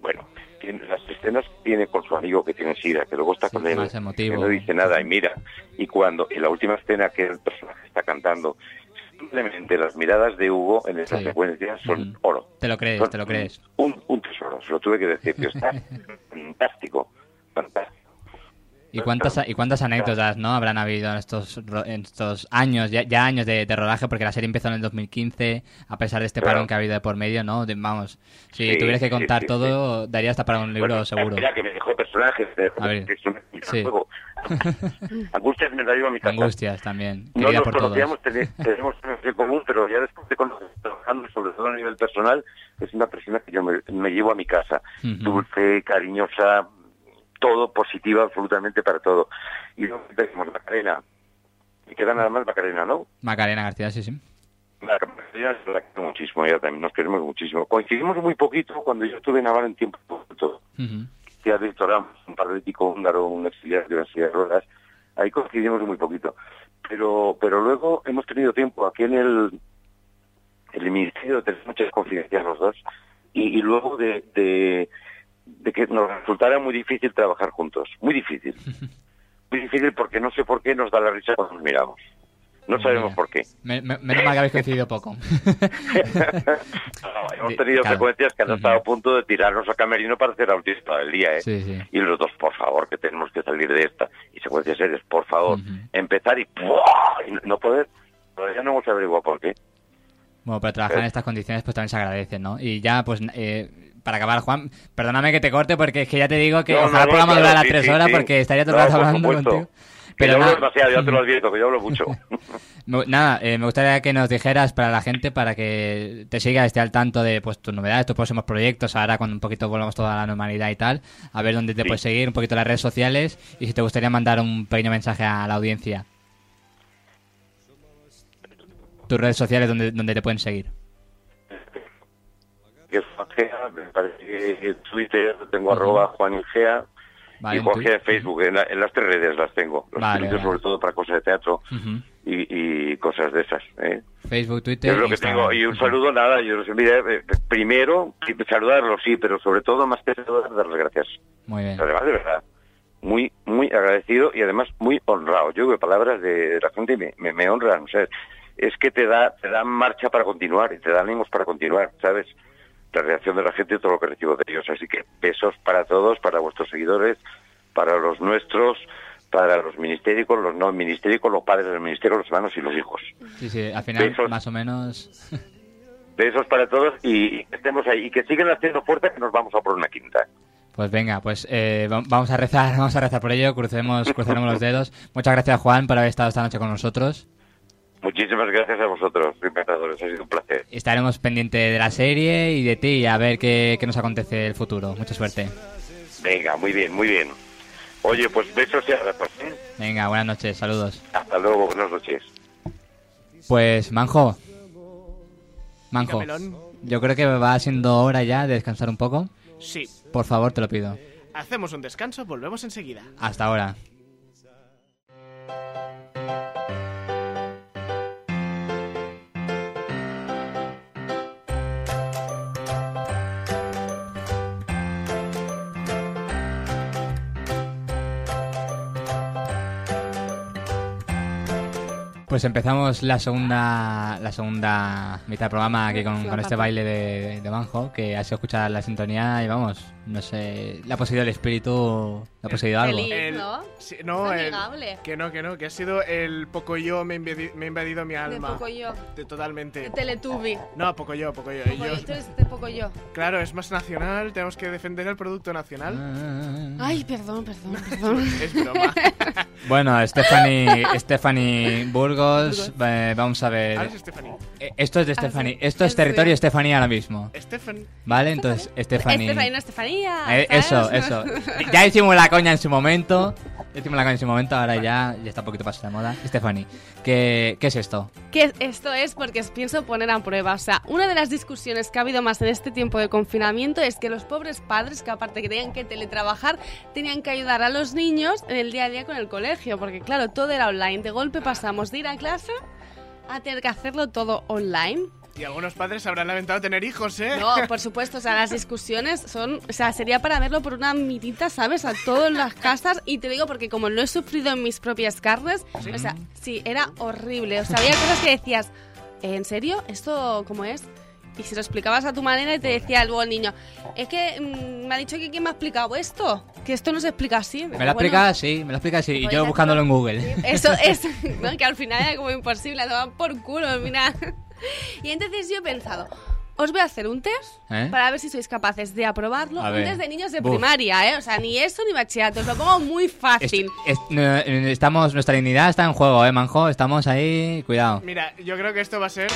E: bueno, tiene- las escenas que tiene con su amigo que tiene sida, que luego está
B: Sí,
E: con él,
B: más emotivo.
E: que no dice nada y mira. Y cuando, en la última escena que el personaje está cantando, simplemente las miradas de Hugo en esa
B: Sí.
E: secuencia son
B: Ujú.
E: oro.
B: te lo crees,
E: Son
B: te lo crees.
E: Un, un tesoro, se lo tuve que decir, que está fantástico, fantástico.
B: ¿Y cuántas, y cuántas anécdotas no habrán habido en estos, ro- en estos años, ya, ya años de, de rodaje? Porque la serie empezó en el 2015, a pesar de este
E: Claro.
B: parón que ha habido de por medio, ¿no? De- vamos, si
E: Sí,
B: tuvieras que
E: sí,
B: contar
E: sí,
B: todo, daría hasta para un libro
E: Bueno,
B: seguro.
E: Mira que me dejó personajes, me dejó
B: A ver,
E: que es un
B: sí.
E: juego. Angustias me la llevo a mi casa.
B: Angustias también,
E: No
B: querida
E: nos
B: por todos.
E: conocíamos, teni- tenemos temas en común, pero ya después de conocer, trabajando, sobre todo a nivel personal, es una persona que yo me, me llevo a mi casa.
B: Ujú.
E: Dulce, cariñosa, todo, positiva absolutamente para todo. Y luego tenemos Macarena. Me queda nada más Macarena, ¿no?
B: Macarena García, sí, sí.
E: Macarena es la que quiero muchísimo, ella también nos queremos muchísimo. Coincidimos muy poquito cuando yo estuve en Navarra en tiempo todo
B: Ujú.
E: que a Víctor Ramos, un paralítico húngaro, un auxiliar de la silla de ruedas. Ahí coincidimos muy poquito. Pero, pero luego hemos tenido tiempo aquí en el, en el ministerio, tenemos muchas confidencias los dos, y, y luego de, de, de que nos resultara muy difícil trabajar juntos. Muy difícil. Muy difícil porque no sé por qué nos da la risa cuando nos miramos. No sabemos
B: Mira.
E: por qué.
B: Me- me- menos mal que habéis coincidido poco.
E: No, hemos tenido
B: Claro.
E: frecuencias que han
B: Ujú.
E: estado a punto de tirarnos a camerino para hacer autista del día, ¿eh?
B: sí, sí.
E: Y los dos, por favor, que tenemos que salir de esta. Y secuencias series, por favor.
B: Ujú.
E: Empezar y, ¡buah! y no poder. Todavía no hemos averiguado por qué.
B: Bueno, pero trabajar en
E: Eh.
B: estas condiciones pues también se agradece, ¿no? Y ya, pues, eh, para acabar, Juan, perdóname que te corte porque es que ya te digo que
E: No, no,
B: ojalá el
E: no,
B: programa
E: claro,
B: durara
E: sí,
B: tres
E: sí,
B: horas
E: sí.
B: porque estaría todo el
E: No,
B: rato
E: por
B: hablando
E: supuesto.
B: contigo.
E: Pero
B: Pero
E: yo hablo
B: nada,
E: demasiado, ya te lo advierto, que yo hablo mucho.
B: me- nada, eh, me gustaría que nos dijeras para la gente, para que te siga, esté al tanto de pues tus novedades, tus próximos proyectos, ahora cuando un poquito volvamos toda a la normalidad y tal, a ver dónde te
E: Sí.
B: puedes seguir, un poquito las redes sociales y si te gustaría mandar un pequeño mensaje a la audiencia. Tus redes sociales donde, donde te pueden seguir.
E: que es Juangea, me parece que en Twitter tengo arroba Juanigea.
B: Vale,
E: y
B: en
E: Juangea
B: tu-
E: en Facebook. En, la- en las tres redes las tengo. Los
B: Vale,
E: utilizo
B: vale.
E: sobre todo para cosas de teatro
B: Ujú.
E: y, y cosas de esas. ¿eh?
B: Facebook, Twitter.
E: Es lo que
B: Instagram.
E: tengo. Y un
B: Ujú.
E: saludo, nada, yo los envidia, eh, Primero, saludarlos, sí, pero sobre todo, más que saludar, dar las gracias.
B: Muy bien.
E: Además, de verdad, muy, muy agradecido y además muy honrado. Yo veo palabras de, de la gente y me, me, me honran. O sea, es que te da, te dan marcha para continuar y te dan ánimos para continuar, ¿sabes? La reacción de la gente y todo lo que recibo de ellos. Así que besos para todos, para vuestros seguidores, para los nuestros, para los ministéricos, los no ministéricos, los padres del ministerio, los hermanos y los hijos.
B: Sí, sí, al final,
E: Besos.
B: más o menos.
E: Besos para todos y, y que estemos ahí. Y que sigan haciendo fuerza que nos vamos a por una quinta.
B: Pues venga, pues eh, va- vamos a rezar, vamos a rezar por ello, crucemos, cruzaremos los dedos. Muchas gracias Juan por haber estado esta noche con nosotros.
E: Muchísimas gracias a vosotros, inventadores. Ha sido un placer.
B: Estaremos pendiente de la serie y de ti a ver qué, qué nos acontece el futuro. Mucha suerte.
E: Venga, muy bien, muy bien. Oye, pues besos y abrazos. ¿eh?
B: Venga, buenas noches, saludos.
E: Hasta luego, buenas noches.
B: Pues Manjo. Manjo.
C: Melón.
B: Yo creo que va siendo hora ya de descansar un poco.
C: Sí.
B: Por favor, te lo pido.
C: Hacemos un descanso, volvemos enseguida.
B: Hasta ahora. Pues empezamos la segunda, la segunda mitad del programa aquí con, con este baile de, de Banjo, que ha sido escuchar la sintonía y vamos, no sé, la ha poseído el espíritu, la ha poseído algo.
D: Feliz. ¿no?
C: sí, no,
D: Es
C: el-
D: amigable.
C: que no, que no, que ha sido el poco yo me, invadi- me ha invadido mi
D: De
C: alma.
D: poco yo.
C: De- totalmente.
D: De Teletubi.
C: No, poco yo, poco yo.
D: Pocoyo,
C: Ellos-
D: tú eres de poco yo.
C: claro, es más nacional, tenemos que defender el producto nacional.
D: Ay, perdón, perdón, perdón.
C: Es broma.
B: Bueno, Stephanie, Stephanie Burgos, eh, vamos a ver.
C: Ahora es Stephanie.
B: Eh, Esto es de Stephanie,
D: Ah, sí.
B: esto es
D: Sí.
B: territorio Stephanie ahora mismo,
C: Stephen.
B: ¿vale? Entonces, Stephanie.
D: Estefanía, Estefanía.
B: Eh, eso,
D: ¿sabes?
B: eso. Ya hicimos la coña en su momento, Hicimos la canción en su momento, ahora ya, ya está un poquito pasada de moda. Stephanie, ¿qué, ¿qué es esto?
D: Que esto es porque os pienso poner a prueba. O sea, una de las discusiones que ha habido más en este tiempo de confinamiento es que los pobres padres, que aparte que tenían que teletrabajar, tenían que ayudar a los niños en el día a día con el colegio. Porque claro, todo era online. De golpe pasamos de ir a clase a tener que hacerlo todo online.
C: Y algunos padres habrán lamentado tener hijos, ¿eh?
D: No, por supuesto, o sea, las discusiones son, o sea, sería para verlo por una mitita, ¿sabes? A todas las casas y te digo porque como lo he sufrido en mis propias carnes, o sea, sí, era horrible, o sea, había cosas que decías, ¿en serio? ¿Esto cómo es? Y si lo explicabas a tu manera y te decía luego el niño, es que mm, me ha dicho que quién me ha explicado esto, que esto no se explica así.
B: ¿Me la
D: Bueno,
B: explicas? Sí, me la explicas, sí. Y
D: Pues
B: yo
D: ya
B: buscándolo en
D: te
B: Google.
D: eso es, ¿no? que al final era como imposible, a tomar por culo, mira. Y entonces yo he pensado, os voy a hacer un test
B: ¿Eh?
D: para ver si sois capaces de aprobarlo.
B: A
D: un
B: ver.
D: test de niños de
B: Buf.
D: primaria, ¿eh? O sea, ni eso ni bachillerato, os lo pongo muy fácil.
B: Est- est- Este no, eh, estamos, nuestra dignidad está en juego, ¿eh, Manjo? Estamos ahí, cuidado.
C: Mira, yo creo que esto va a ser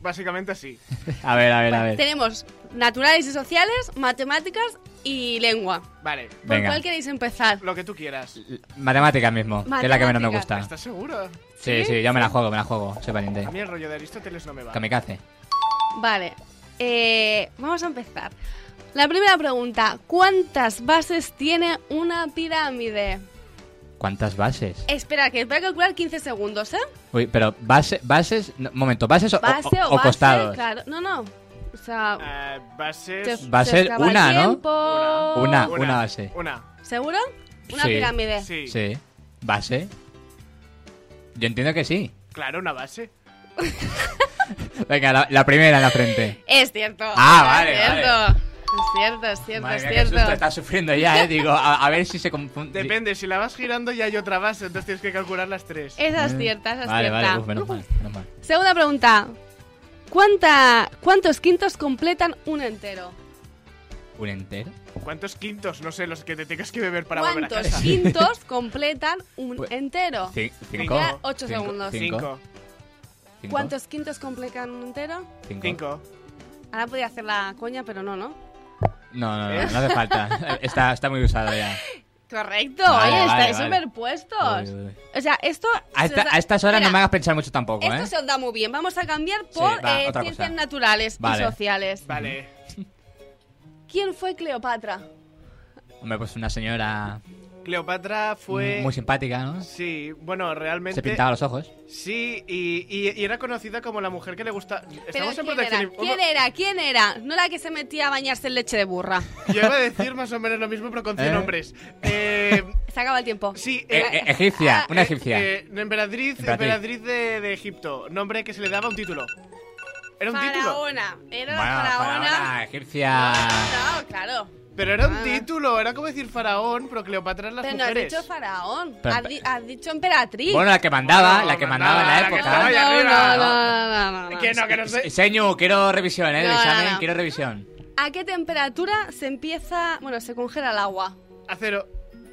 C: básicamente así.
B: A ver, a ver, a ver.
D: Tenemos naturales y sociales, matemáticas y lengua.
C: Vale,
D: ¿Por
B: Venga.
D: cuál queréis empezar?
C: lo que tú quieras.
B: Matemáticas mismo, que es la que menos me
D: Matemáticas.
B: gusta.
C: ¿Estás seguro?
B: Sí, sí, yo me la juego, me la juego. Soy valiente.
C: A mí el rollo de Aristóteles no me va.
B: Kamikaze.
D: Vale, eh, vamos a empezar. La primera pregunta, ¿cuántas bases tiene una pirámide?
B: ¿Cuántas bases?
D: Espera, que voy a calcular 15 segundos, ¿eh?
B: Uy, pero base, bases, no, momento, bases o, o-
D: Base o,
B: o
D: base,
B: costados.
D: claro. No, no. O sea,
C: Ah, bases...
D: se-
B: Va a
D: se
B: ser
D: acaba el
B: una, ¿no?
D: tiempo. Ah,
B: Una. base.
C: Una.
D: ¿Seguro? Una
B: Sí.
D: pirámide.
C: Sí.
B: Sí. ¿Base? Yo entiendo que sí.
C: Claro, una base.
B: Venga, la, la primera en la frente.
D: Es cierto.
B: Ah,
D: es
B: vale,
D: cierto.
B: vale.
D: Es cierto, es cierto,
B: Madre
D: es
B: mía, qué susto,
D: pues cierto.
B: está sufriendo ya, eh. Digo, a, a ver si se confunde.
C: Depende, si la vas girando ya hay otra base, entonces tienes que calcular las tres.
D: Esa es cierta, esa es
B: Mm. Vale,
D: cierta.
B: vale, uf, menos mal, menos mal.
D: Segunda pregunta. ¿Cuánta, ¿Cuántos quintos completan un entero?
B: ¿Un entero?
C: ¿Cuántos quintos? No sé, los que te tengas que beber para volver a
D: ¿Cuántos
C: casa.
D: quintos completan un
B: Pues-
D: entero?
B: Cin- ¿Cinco?
D: Queda ocho
B: cinco,
D: segundos.
C: Cinco.
B: cinco,
D: ¿Cuántos quintos completan un entero?
B: Cinco.
C: Cinco.
D: Ahora podía hacer la coña, pero no, ¿no?
B: No, no, no, no hace falta. Está, está muy usado ya.
D: Correcto,
B: Vale,
D: oye,
B: vale,
D: estáis
B: vale.
D: superpuestos.
B: Uy, uy.
D: O sea, esto.
B: A,
D: se
B: esta-
D: os da-
B: a estas horas no
D: Espera,
B: me hagas pensar mucho tampoco,
D: Esto
B: ¿eh?
D: se os da muy bien. Vamos a cambiar
B: Sí,
D: por
B: va,
D: eh,
B: otra
D: ciencias
B: cosa.
D: naturales
B: Vale.
D: y sociales.
C: Vale.
D: ¿Quién fue Cleopatra?
B: Hombre, pues una señora
C: Cleopatra fue...
B: Mm, muy simpática, ¿no?
C: Sí, bueno, realmente...
B: Se pintaba los ojos.
C: Sí, y, y- y era conocida como la mujer que le gusta...
D: Pero
C: Estamos en
D: ¿quién,
C: protección...
D: era?
C: inf-
D: ¿Quién era? ¿Quién era? No la que se metía a bañarse en leche de burra.
C: Yo iba a decir más o menos lo mismo, pero con 100
B: ¿Eh?
C: hombres. Eh,
D: Se acaba el tiempo.
C: sí,
B: Eh, eh, egipcia, una egipcia.
C: eh, emperatriz
B: Emperatriz.
C: emperatriz de, de Egipto. Nombre que se le daba un título. Era un título.
D: Faraona. Era
B: Bueno,
D: la faraona.
B: faraona, egipcia.
D: No, claro.
C: Pero era un
D: Ah.
C: título, era como decir faraón, pero Cleopatra en las
D: Pero no has
C: mujeres.
D: dicho faraón.
B: Pero-
D: has, di- has dicho emperatriz.
B: Bueno, la que mandaba,
C: Bueno,
B: la que mandaba en la
C: mandaba, la que estaba
D: no,
C: ahí
B: época.
D: no,
C: arriba.
D: no, no, no, no, no.
C: que no, que no sé.
B: Señor, quiero revisión, ¿eh? del
D: No, no,
B: examen,
D: no.
B: quiero revisión.
D: ¿A qué temperatura se empieza. Bueno, se congela el agua?
C: Acero.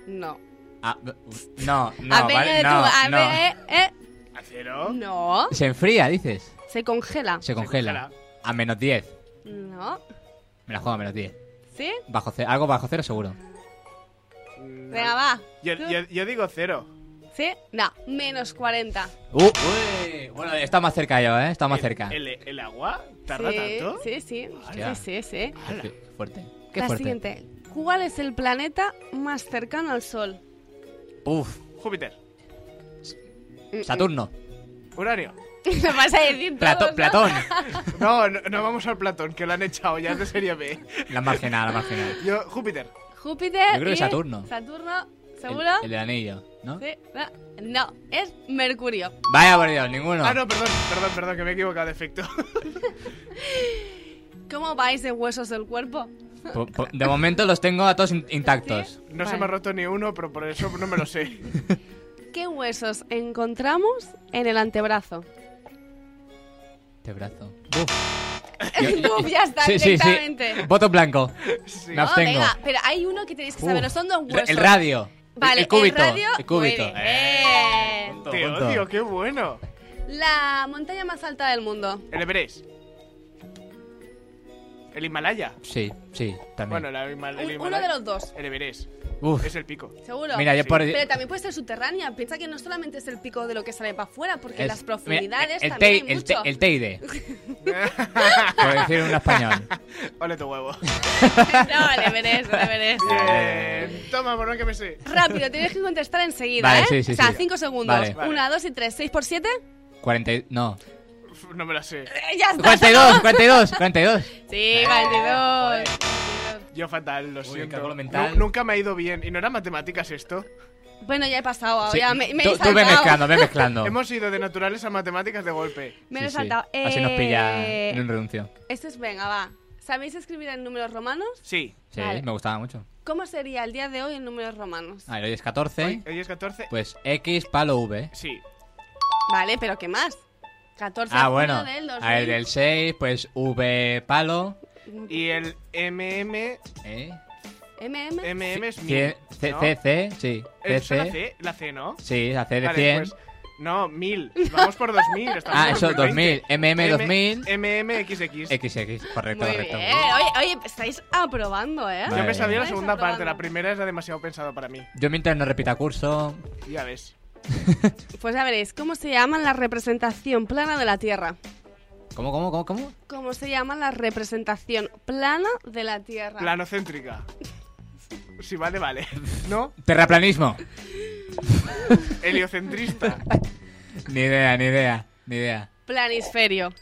D: No.
B: Ah, b- no, no,
D: a ver,
B: vale,
D: eh, tú,
B: no,
D: a
B: no.
D: ver, eh, eh,
C: Acero.
D: No.
B: Se enfría, dices.
D: Se congela.
B: Se congela.
C: congela.
B: A menos 10.
D: No.
B: Me la juego a menos 10.
D: ¿Sí?
B: Bajo ce- algo bajo cero seguro.
D: Venga,
B: Ah.
D: va.
C: Yo, yo- yo digo cero.
D: ¿Sí? No. Menos 40.
B: Uy, bueno, está más cerca yo, ¿eh? Está más
C: Uh. ¿El-
B: cerca.
C: ¿El, el agua tarda
D: sí,
C: tanto?
D: Sí, sí.
B: Hostia.
D: Sí, sí, sí.
B: Qué fuerte. Qué
D: La
B: fuerte.
D: siguiente. ¿Cuál es el planeta más cercano al Sol?
B: Uf,
C: Júpiter.
B: Saturno.
C: Uranio.
D: Me vas a decir
B: Plato-
D: todos, ¿no?
B: Platón.
C: No, no, no vamos al Platón, que lo han echado ya es de serie B.
B: La marginal, la marginal.
C: Yo, Júpiter.
D: Júpiter.
B: Yo creo que
D: y
B: Saturno.
D: Saturno,
B: El,
D: ¿seguro?
B: el del anillo, ¿no?
D: Sí, no, no, es Mercurio.
B: Vaya por Dios, ninguno.
C: Ah, no, perdón, perdón, perdón, que me he equivocado de efecto.
D: ¿Cómo vais de huesos del cuerpo?
B: Po- po- De momento los tengo a todos in- intactos.
C: No
D: Vale.
C: se me ha roto ni uno, pero por eso no me lo sé.
D: ¿Qué huesos encontramos en el antebrazo?
B: Este brazo.
D: Uf, ya está,
B: Sí, sí, sí.
D: directamente.
B: Voto blanco.
C: Sí.
B: Me abstengo.
D: venga, pero hay uno que tenéis que saber, no son dos
B: Ra-
D: huesos.
B: El radio.
D: Vale,
B: el cúbito.
D: radio.
B: cúbito. Eh,
D: muy bien.
B: Punto,
C: Te
B: punto.
C: odio, qué bueno.
D: La montaña más alta del mundo.
C: El Everest. El Himalaya.
B: Sí, sí, también.
C: Bueno, la, Hima- el
D: Un-
C: Himalaya.
D: uno de los dos.
C: El Everest.
B: Uf.
C: Es el pico.
D: Seguro.
B: Mira, yo por-
D: Pero también puede ser subterránea. Piensa que no solamente es el pico de lo que sale para afuera, porque
B: es-
D: las
B: mira,
D: profundidades
B: el,
D: también
B: te-
D: hay
B: el te-
D: mucho.
B: el Teide. por decir un español.
C: Ole tu huevo.
D: no, le veré eso, le veré eso.
C: Bien. Eh, Toma, por lo que me sé.
D: Rápido, tienes que contestar enseguida,
B: Vale,
D: ¿eh?
B: sí, sí,
D: o sea,
B: sí.
D: cinco segundos.
B: Vale.
D: Una, dos y tres. ¿Seis por siete?
B: 40, y- no.
C: Uf, No me la sé.
D: Eh, ya está.
B: 42, 42, 42.
D: Sí, 42.
C: Yo fatal, lo siento.
B: cálculo mental.
C: Nu- nunca me ha ido bien. ¿Y no era matemáticas esto?
D: Bueno, ya he pasado. ahora
B: Sí,
D: Oh, ya me, me he
B: tú, tú ve
D: saltado.
B: mezclando, ve mezclando.
C: Hemos ido de naturales a matemáticas de golpe.
D: Me
B: Sí,
D: lo he
B: sí.
D: saltado.
B: Así nos pilla
D: Eh,
B: en un renuncio.
D: Esto es, venga, va. ¿Sabéis escribir en números romanos?
C: Sí.
B: Sí,
D: Vale.
B: me gustaba mucho.
D: ¿Cómo sería el día de hoy en números romanos?
B: A ver, hoy es 14.
C: Hoy, hoy es 14.
B: Pues X palo V.
C: Sí.
D: Vale, pero ¿qué más? 14 de
B: Ah,
D: junio
B: bueno.
D: del
B: A ver, del 6, pues V palo.
D: 2000.
C: Y el MM,
B: ¿Eh?
D: MM.
C: MM es
B: C,
C: mil.
B: C,
C: ¿no?
B: C, C, sí. C,
C: ¿Eso es la
B: C.
C: C? La C, ¿no?
B: Sí, la C de
C: Vale,
B: 100.
C: pues, no, 1000. Vamos por 2000. estamos
B: Ah,
C: en
B: eso, 2000.
C: 2020.
B: MM 2000.
C: MMXX.
B: XX, correcto,
D: Muy
B: correcto.
D: bien. Oye, oye, estáis aprobando, ¿eh?
C: Yo
B: Vale.
C: me sabía la
D: Estáis
C: segunda parte, la
D: aprobando.
C: primera era demasiado pensado para mí.
B: Yo mientras no repita curso.
C: Ya ves.
D: Pues ya veréis, ¿cómo se llama la representación plana de la Tierra?
B: ¿Cómo, cómo, cómo, cómo?
D: ¿Cómo se llama la representación plana de la Tierra?
C: Planocéntrica. Si vale, vale. ¿No?
B: Terraplanismo.
C: Heliocentrista.
B: Ni idea, ni idea, ni idea.
D: Planisferio.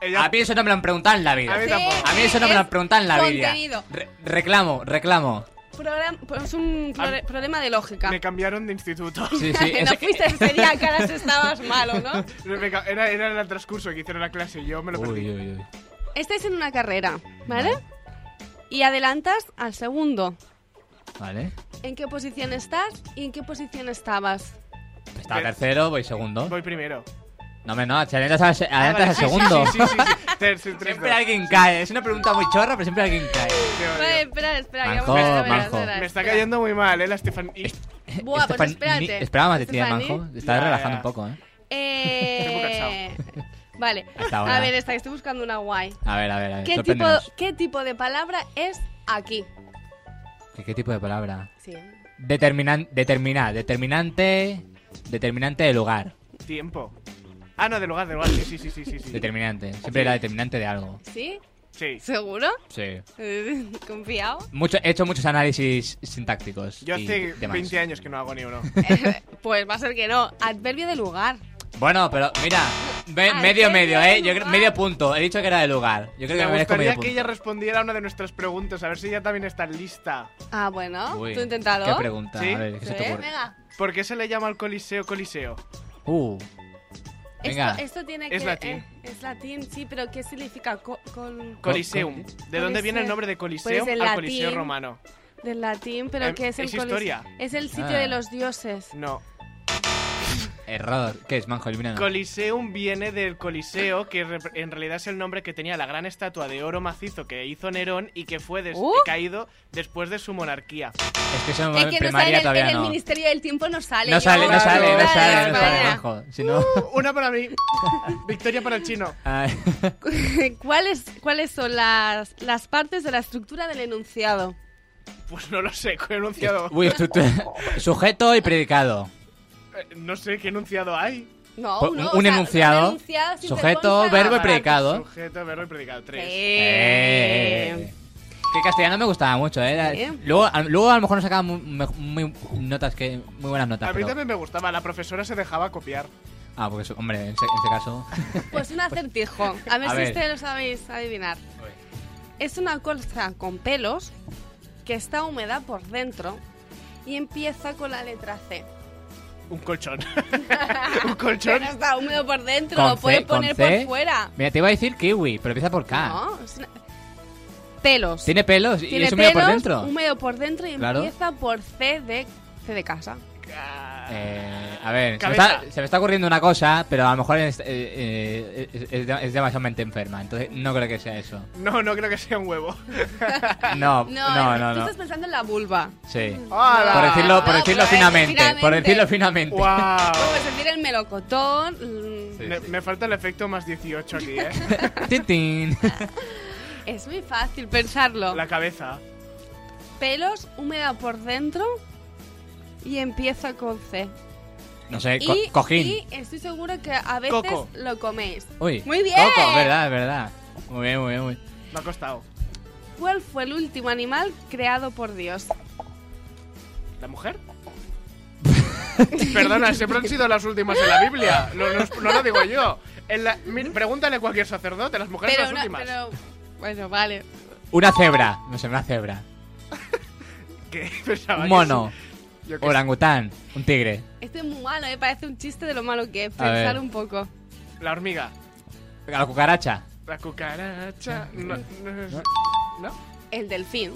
C: Ella-
B: A mí eso no me lo han preguntado en la vida.
C: A mí tampoco.
B: A mí eso no me lo han
D: es
B: preguntado en la vida.
D: contenido.
B: Re- reclamo, reclamo.
D: Program- pues es un
C: A
D: prore-
C: mí-
D: problema de lógica.
C: Me cambiaron de instituto.
B: Sí, sí.
D: no
B: eso-
D: fuiste ese día, caras, estabas malo, ¿no?
C: Me ca- Era, era el transcurso que hicieron la clase y yo me lo perdí.
B: Uy, uy, uy.
D: Estáis Este en una carrera, ¿vale? Y adelantas al segundo.
B: Vale.
D: ¿En qué posición estás y en qué posición estabas?
B: Estaba
C: Pero-
B: tercero, voy segundo.
C: Voy primero.
B: No, me no, te adelantas al, adelantas
C: Ah,
B: al
C: vale, sí,
B: segundo.
C: Sí, sí, sí. sí, sí. Ter- ter-
B: Siempre
C: ter-
B: alguien cae. Es una pregunta muy chorra, pero siempre alguien cae.
C: te odio.
D: Vale, espera, espera. que
B: Manjo,
D: vamos a ver, a ver, a
B: manjo.
D: ver, a ver,
C: Me está
D: Ah, espera.
C: cayendo muy mal, eh, la Stefan. Y-
D: Buah, pues
B: Estefan-
D: espérate.
B: Este ni- esperaba más de ti, eh,
D: Estefani.
B: Manjo. Te estás
C: Ya,
B: relajando
C: ya.
B: un poco, ¿eh?
D: Eh... Vale.
B: Hasta ahora.
D: A ver, esta, estoy buscando una guay.
B: A ver, a ver, a ver.
D: ¿Qué tipo,
B: Eh, sorpréndenos.
D: ¿Qué tipo de palabra es aquí?
B: ¿Qué, qué tipo de palabra?
D: Sí.
B: Determinan, determinar, determinante, determinante de lugar.
C: Tiempo. Ah, no, de lugar, de lugar. Sí, sí, sí, sí. sí, sí.
B: Determinante. Siempre era determinante de algo.
D: ¿Sí?
C: Sí.
D: ¿Seguro?
B: Sí.
D: ¿Confiado?
B: Mucho, he hecho muchos análisis sintácticos.
C: Yo
B: y
C: hace
B: demás.
C: 20 años que no hago ni uno.
D: Eh, pues va a ser que no. Adverbio de lugar.
B: Bueno, pero mira, ve-
D: Al
B: medio,
D: medio
B: medio, ¿eh?
D: del
B: Yo creo-
D: lugar.
B: medio punto. He dicho que era de lugar. Yo creo que me
C: Me
B: merezco medio
C: gustaría
B: punto.
C: que ella respondiera a una de nuestras preguntas, a ver si ella también está lista.
D: Ah, bueno.
B: Uy,
D: ¿Tú intentado?
B: Qué pregunta.
C: ¿Sí?
B: A ver, ¿qué se te
D: ¿Eh?
B: ocurre?
D: Venga.
C: ¿Por qué se le llama al coliseo coliseo?
B: Uh. Venga.
D: Esto, esto tiene
C: Es
D: que...
C: latín.
D: eh, es latín, sí, pero ¿qué significa? Co- col-
C: Coliseum. ¿De dónde
D: Coliseo.
C: viene el nombre de coliseum
D: Pues
C: al
D: el
C: coliseo
D: latín.
C: romano?
D: Del latín, pero
C: Em,
D: que es el
C: es
D: colis-
C: historia.
D: Es el sitio
B: Ah.
D: de los dioses.
C: No.
B: Error. ¿Qué es, Manjo? Elimina.
C: Coliseum viene del coliseo, que rep- en realidad es el nombre que tenía la gran estatua de oro macizo que hizo Nerón y que fue des-
D: Uh.
C: caído después de su monarquía.
B: Es que eso
D: Es
B: en
D: que no
B: primaria
D: sale en el, en
B: todavía
D: el
B: no.
D: Ministerio del Tiempo, no sale.
B: No
D: yo-
B: sale, no
C: Claro.
B: sale, no
D: Claro,
B: sale, no sale,
D: España.
B: Manjo. Si no.
C: Una para mí. Victoria para el chino.
B: Ah,
D: ¿Cuáles, ¿Cuáles son las, las partes de la estructura del enunciado?
C: Pues no lo sé, ¿qué enunciado?
B: Uy, esto- sujeto y predicado.
C: Eh, No sé qué enunciado hay.
D: No,
B: Pues,
D: uno,
B: un-
D: o
B: un
D: sea,
B: enunciado,
D: enunciado sin
B: sujeto,
D: vergüenza.
B: verbo y
C: Ah,
B: predicado.
C: Sujeto, verbo y predicado.
D: Sí.
C: Tres.
B: Eh, eh, eh. Que castellano me gustaba mucho, ¿eh? Era-
D: Sí.
B: Luego, a, luego a lo mejor no sacaba muy, me- muy notas que, muy buenas notas.
C: A mí
B: pero-
C: también me gustaba, la profesora se dejaba copiar.
B: Ah, porque, eso- hombre, en ese, en ese caso.
D: Pues un acertijo. A ver
B: A
D: si
B: ver.
D: ustedes lo sabéis adivinar. Es una colza con pelos que está húmeda por dentro y empieza con la letra C.
C: Un colchón. un colchón.
D: Pero está húmedo por dentro,
B: Con
D: lo puedes
B: C, con
D: poner
B: C.
D: por fuera.
B: Mira, te iba a decir kiwi, pero empieza por K.
D: No, es una- Pelos.
B: Tiene pelos y
D: Tiene
B: es húmedo por
D: pelos,
B: dentro.
D: húmedo por dentro y
B: Claro.
D: empieza por C de, C de casa.
B: Eh, a ver, se me,
C: Cabeza.
B: está, se me está ocurriendo una cosa, pero a lo mejor es, eh, eh, es- es de- es demasiado mente enferma, entonces no creo que sea eso.
C: No, no creo que sea un huevo.
B: No,
D: No,
B: no, no.
D: tú
B: no.
D: estás pensando en la vulva.
B: Sí.
C: ¡Hala!
B: Por decirlo, por
D: No,
B: decirlo
D: por
B: finamente,
D: finamente.
B: por decirlo finamente.
C: ¡Wow!
D: Como sentir el melocotón. mm,
B: Sí.
C: Me, me falta el efecto más 18 aquí, ¿eh?
B: Tin, tin.
D: Es muy fácil pensarlo.
C: La cabeza.
D: pelos, húmeda por dentro y empieza con C.
B: No sé,
D: Y,
B: Eh, co- cojín.
D: y estoy segura que a veces
C: Coco.
D: lo coméis.
B: Uy,
D: Muy bien.
B: Coco, verdad, verdad. Muy bien, muy bien, muy bien.
C: Me ha costado.
D: ¿Cuál fue el último animal creado por Dios?
C: ¿La mujer? Perdona, siempre han sido las últimas en la Biblia. No, no, es- no lo digo yo. En la- mi- pregúntale a cualquier sacerdote, las mujeres son las
D: una-
C: últimas.
D: pero- bueno, vale.
B: Una cebra, no sé, una cebra.
C: ¿Qué? Pensaba
B: Un
C: que
B: mono,
C: Ah, sí. Yo qué
B: orangután, un tigre.
D: Este es muy malo, me parece un chiste de lo malo que es.
B: A ver.
D: Pensar un poco.
C: sé. La hormiga.
B: La cucaracha,
C: La cucaracha. No, no es- ¿no?
D: El delfín.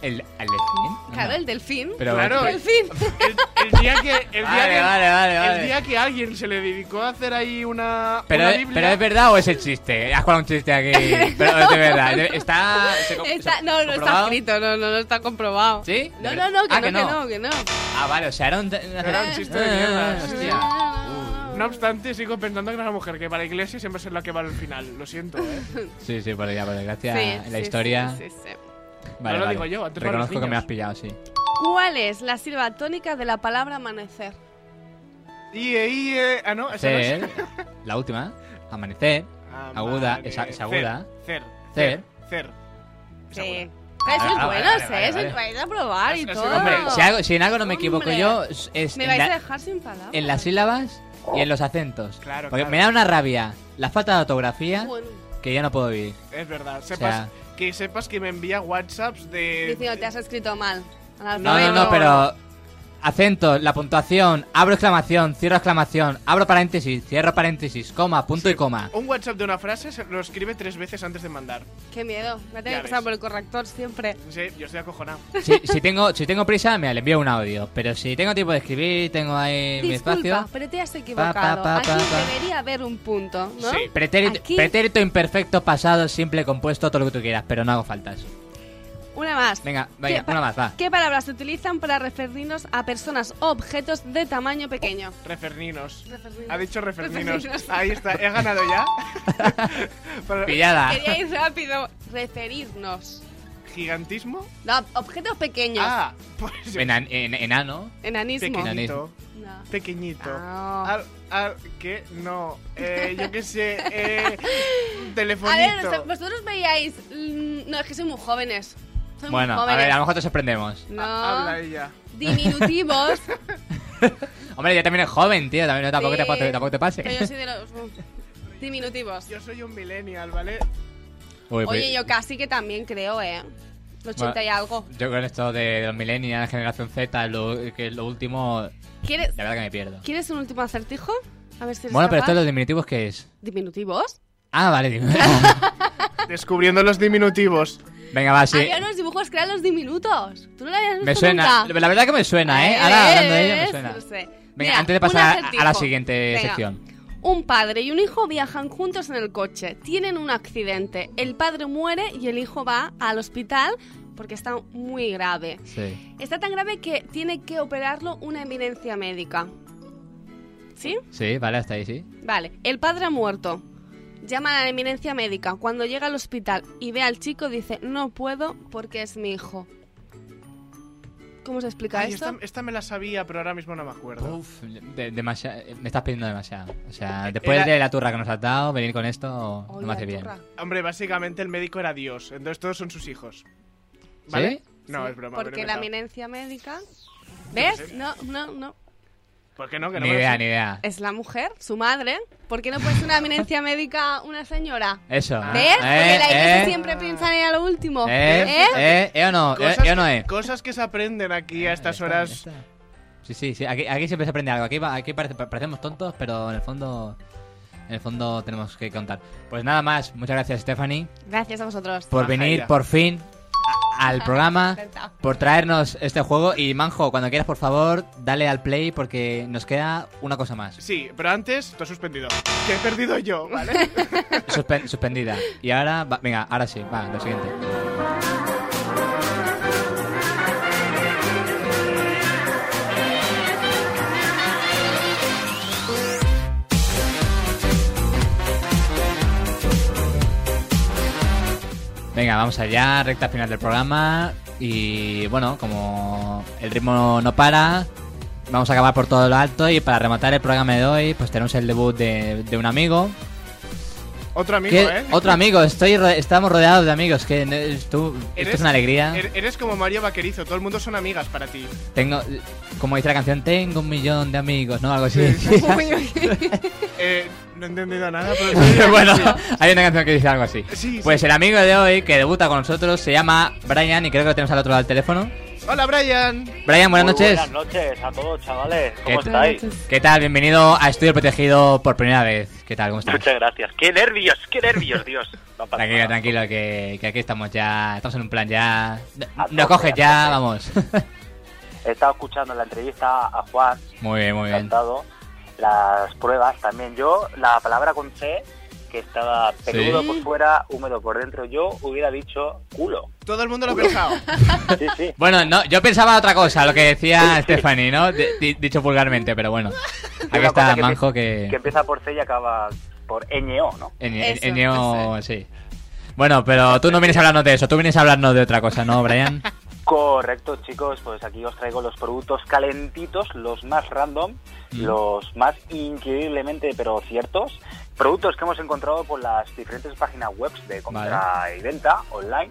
B: el, el delfín.
D: Claro,
B: Anda.
D: el delfín.
B: Pero-
C: Claro.
D: El delfín.
C: El, el día que. El día
B: Vale,
C: que
B: vale, vale,
C: El
B: vale.
C: día que alguien se le dedicó a hacer ahí una.
B: Pero,
C: una
B: es-
C: Biblia-
B: pero es verdad o es el chiste? Has colado un chiste aquí. Pero es de verdad. de- Está. se co-
D: Está-
B: se-
D: no, no está
B: comprobado.
D: escrito, no, no, no está comprobado.
B: ¿Sí?
D: No, no, no, que,
B: Ah,
D: no,
B: que
D: que
B: no.
D: no, que no.
B: Ah, vale, o sea, era un. Era
C: Era un chiste de mierda,
B: Hostia.
D: Ah.
C: No obstante, sigo pensando que era una mujer, que para Iglesias siempre es la que va al final. Lo siento, ¿eh?
B: Sí, sí, por, ya, por desgracia.
D: Sí,
B: en la
D: sí,
B: historia.
D: sí, sí, sí.
B: Vale,
C: No lo
B: vale.
C: digo yo, antes para los
B: Reconozco que me
C: niños.
B: has pillado, sí.
D: ¿Cuál es la silba tónica de la palabra amanecer?
C: Ie, ie. Ah, no,
B: Sí,
C: esa no es.
B: ¿eh? la última. Amanecer. Aguda, esa- es aguda.
C: Ah, Cer.
B: Cer.
C: Cer.
D: Sí.
C: Seguro.
D: Pero sois
B: Ah, vale,
D: buenos,
B: vale,
D: eh,
B: vale,
D: sois
B: vale.
D: buenos a probar y
C: Eso es
D: todo.
C: un
B: Hombre, si, algo- si en algo no me
D: Hombre.
B: equivoco yo, es es
D: Me
B: en,
D: vais
B: la-
D: a dejar sin palabras.
B: en las sílabas y en los acentos.
C: Claro,
B: Porque
C: claro.
B: me da una rabia la falta de ortografía
D: Bueno,
B: que ya no puedo vivir.
C: Es verdad.
B: sea-
C: Sepas, que sepas que me envía WhatsApps de.
D: diciendo, te has escrito mal.
B: No, no, no,
D: Analfabeto.
B: pero acento, la puntuación, abro exclamación, cierro exclamación, abro paréntesis, cierro paréntesis, coma, punto y coma.
C: Un WhatsApp de una frase se lo escribe tres veces antes de mandar.
D: Qué miedo. Me
C: Ya
D: tengo que pasar
C: ves.
D: por el corrector siempre.
C: Sí, yo estoy acojonado.
B: Si, si tengo, si tengo prisa, me le envío un audio. Pero si tengo tiempo de escribir, tengo ahí mi
D: Disculpa,
B: espacio.
D: pero te has equivocado.
B: pa,
D: Aquí
B: pa, pa.
D: debería haber un punto, ¿no?
C: Sí.
B: Pretérito,
D: Aquí-
B: pretérito imperfecto, pasado, simple, compuesto, todo lo que tú quieras, pero no hago faltas.
D: Una más.
B: Venga,
D: ¿Qué
B: venga,
D: pa-
B: una más, va.
D: ¿Qué palabras se utilizan para referirnos a personas o objetos de tamaño pequeño?
C: Referninos.
D: Referninos.
C: Ha dicho referninos.
D: Referninos.
C: Ahí está. He ganado ya. Para-
B: Pillada.
D: Quería ir rápido. Referirnos.
C: ¿Gigantismo?
D: No, objetos pequeños.
C: Ah, pues.
B: Enan- en- enano.
D: Enanismo.
B: Pequeño. Ah,
C: Pequeñito.
D: No.
C: Pequeñito.
D: Ah. No.
C: Al, al, que no. Eh, yo qué sé. Eh, telefonito.
D: A ver, o sea, vosotros veíais... mm, No, es que sois muy jóvenes. Sois
B: Bueno, a
D: muy jóvenes.
B: ver, a lo mejor te sorprendemos.
D: No.
C: Habla ella.
D: Diminutivos.
B: Hombre, ya también es joven, tío, también no- tampoco, te,
D: Sí.
B: pa- tampoco te pase.
D: Pero yo soy de los... Diminutivos.
C: Yo soy un millennial, ¿vale?
B: Uy, pues-
D: Oye, yo casi que también creo, ¿eh? Los 80 y algo.
B: Yo con esto de los millennials, generación Z, lo, que lo último, la
D: ¿Quieres,
B: verdad que me pierdo.
D: ¿Quieres un último acertijo? A ver si eres
B: Bueno, pero esto
D: capaz.
B: de los diminutivos, ¿qué es?
D: ¿Diminutivos?
B: Ah, vale, dime.
C: Descubriendo los diminutivos.
B: Venga, va, sí.
D: Había unos dibujos que eran los diminutos. ¿Tú no lo habías visto
B: Me suena,
D: nunca?
B: la verdad que me suena, ¿eh? Ahora hablando de ello, me
D: ¿Ves?
B: suena.
D: No sé.
B: Venga,
D: Mira,
B: antes de
D: un
B: pasar a- a la
D: acertijo.
B: siguiente
D: Venga.
B: sección.
D: Un padre y un hijo viajan juntos en el coche. Tienen un accidente. El padre muere y el hijo va al hospital porque está muy grave.
B: Sí.
D: Está tan grave que tiene que operarlo una eminencia médica. ¿Sí?
B: Sí, vale, hasta ahí, sí.
D: Vale, el padre ha muerto. Llama a la eminencia médica. Cuando llega al hospital y ve al chico, dice, no puedo porque es mi hijo. ¿Cómo se explica
C: Ay,
D: esto?
C: esta, esta me la sabía, pero ahora mismo no me acuerdo.
B: Uf, de- demasiado, me estás pidiendo demasiado. O
D: Eh,
B: sea, después
C: Era-
B: de la turra que nos has dado, venir con esto no me hace bien.
D: turra.
C: Hombre, básicamente el médico era Dios. Entonces todos son sus hijos.
B: ¿Sí?
C: ¿Vale? No,
D: Sí,
C: es broma.
D: Porque
C: me
D: la
C: he inventado.
D: eminencia médica... ¿Ves? No, no, no.
C: ¿Por qué no? Que no
B: Ni
C: me lo
B: idea,
C: sé. Eh,
B: ni idea.
D: Es la mujer, su madre. ¿Por qué no puede ser una eminencia médica una señora?
B: Eso.
D: ¿Ves? Porque
B: ¿Eh?
D: la iglesia
B: ¿Eh?
D: siempre piensa en ella lo último.
B: ¿Eh?
D: ¿Eh?
B: ¿Eh? ¿Eh o no? ¿Eh?
C: Cosas,
B: ¿Eh o no
C: que-
B: eh?
C: cosas que se aprenden aquí a estas
B: Ya
C: horas.
B: está, ya está. Sí, sí, sí. Aquí, aquí siempre se aprende algo. Aquí, va- aquí parece- parecemos tontos, pero en el fondo. En el fondo tenemos que contar. Pues nada más, muchas gracias Stephanie
D: Gracias a vosotros.
B: por
C: Ajá,
B: venir
C: ya.
B: por fin a- al programa,
D: Encantado.
B: por traernos este juego y Manjo, cuando quieras por favor, dale al play porque nos queda una cosa más.
C: Sí, pero antes, tú has suspendido. Que he perdido yo, ¿vale?
B: Suspen- suspendida. Y ahora, va- venga, ahora sí, va, lo siguiente. Venga, vamos allá, recta final del programa. Y bueno, como el ritmo no para, vamos a acabar por todo lo alto. Y para rematar el programa de hoy, pues tenemos el debut de, de un amigo.
C: Otro amigo,
B: Que-
C: ¿eh?
B: Otro amigo, estoy ro- estamos rodeados de amigos. que ne- tú- Esto es una alegría.
C: er- Eres como Mario Vaquerizo, todo el mundo son amigas para ti.
B: Tengo, como dice la canción, tengo un millón de amigos, ¿no? Algo así.
C: Eh, no he entendido nada, pero.
B: bueno, hay una canción que dice algo así.
C: Sí,
B: Pues el amigo de hoy que debuta con nosotros se llama Brian y creo que lo tenemos al otro lado del teléfono.
C: Hola, Brian.
B: Brian, buenas
F: Muy
B: noches.
F: Buenas noches a todos, chavales.
B: ¿Qué
F: ¿Cómo
B: tal?
F: estáis?
B: ¿Qué tal? Bienvenido a Estudio Protegido por primera vez. ¿Qué tal? ¿Cómo estás?
F: Muchas gracias. ¡Qué nervios! Pues ¡Qué nervios, Dios! No pasa
B: Tranquilo,
F: nada.
B: tranquilo, que, que aquí estamos ya. Estamos en un plan ya.
F: A
B: Nos
F: tope,
B: coges
F: a
B: ya,
F: tope.
B: vamos.
F: He estado escuchando la entrevista a Juan,
B: muy bien, muy bien.
F: encantado. Las pruebas también. Yo, la palabra con C, que estaba peludo por fuera, húmedo por dentro, yo hubiera dicho culo.
C: Todo el mundo lo ha pensado.
F: Sí, sí.
B: Bueno, no, yo pensaba otra cosa, lo que decía Stephanie, ¿no? D- di- dicho vulgarmente, pero bueno. Aquí
F: Una
B: está
F: cosa que
B: Manjo
F: empie- Que
B: que.
F: empieza por C y acaba por ño, ¿no?
B: en-
D: Eso,
B: en- en- sí. Bueno, pero tú no vienes a hablarnos de eso, tú vienes a hablarnos de otra cosa, ¿no, Brian?
F: Correcto, chicos, pues aquí os traigo los productos calentitos, los más random,
B: Mm.
F: los más increíblemente pero ciertos, productos que hemos encontrado por las diferentes páginas web de compra y venta online.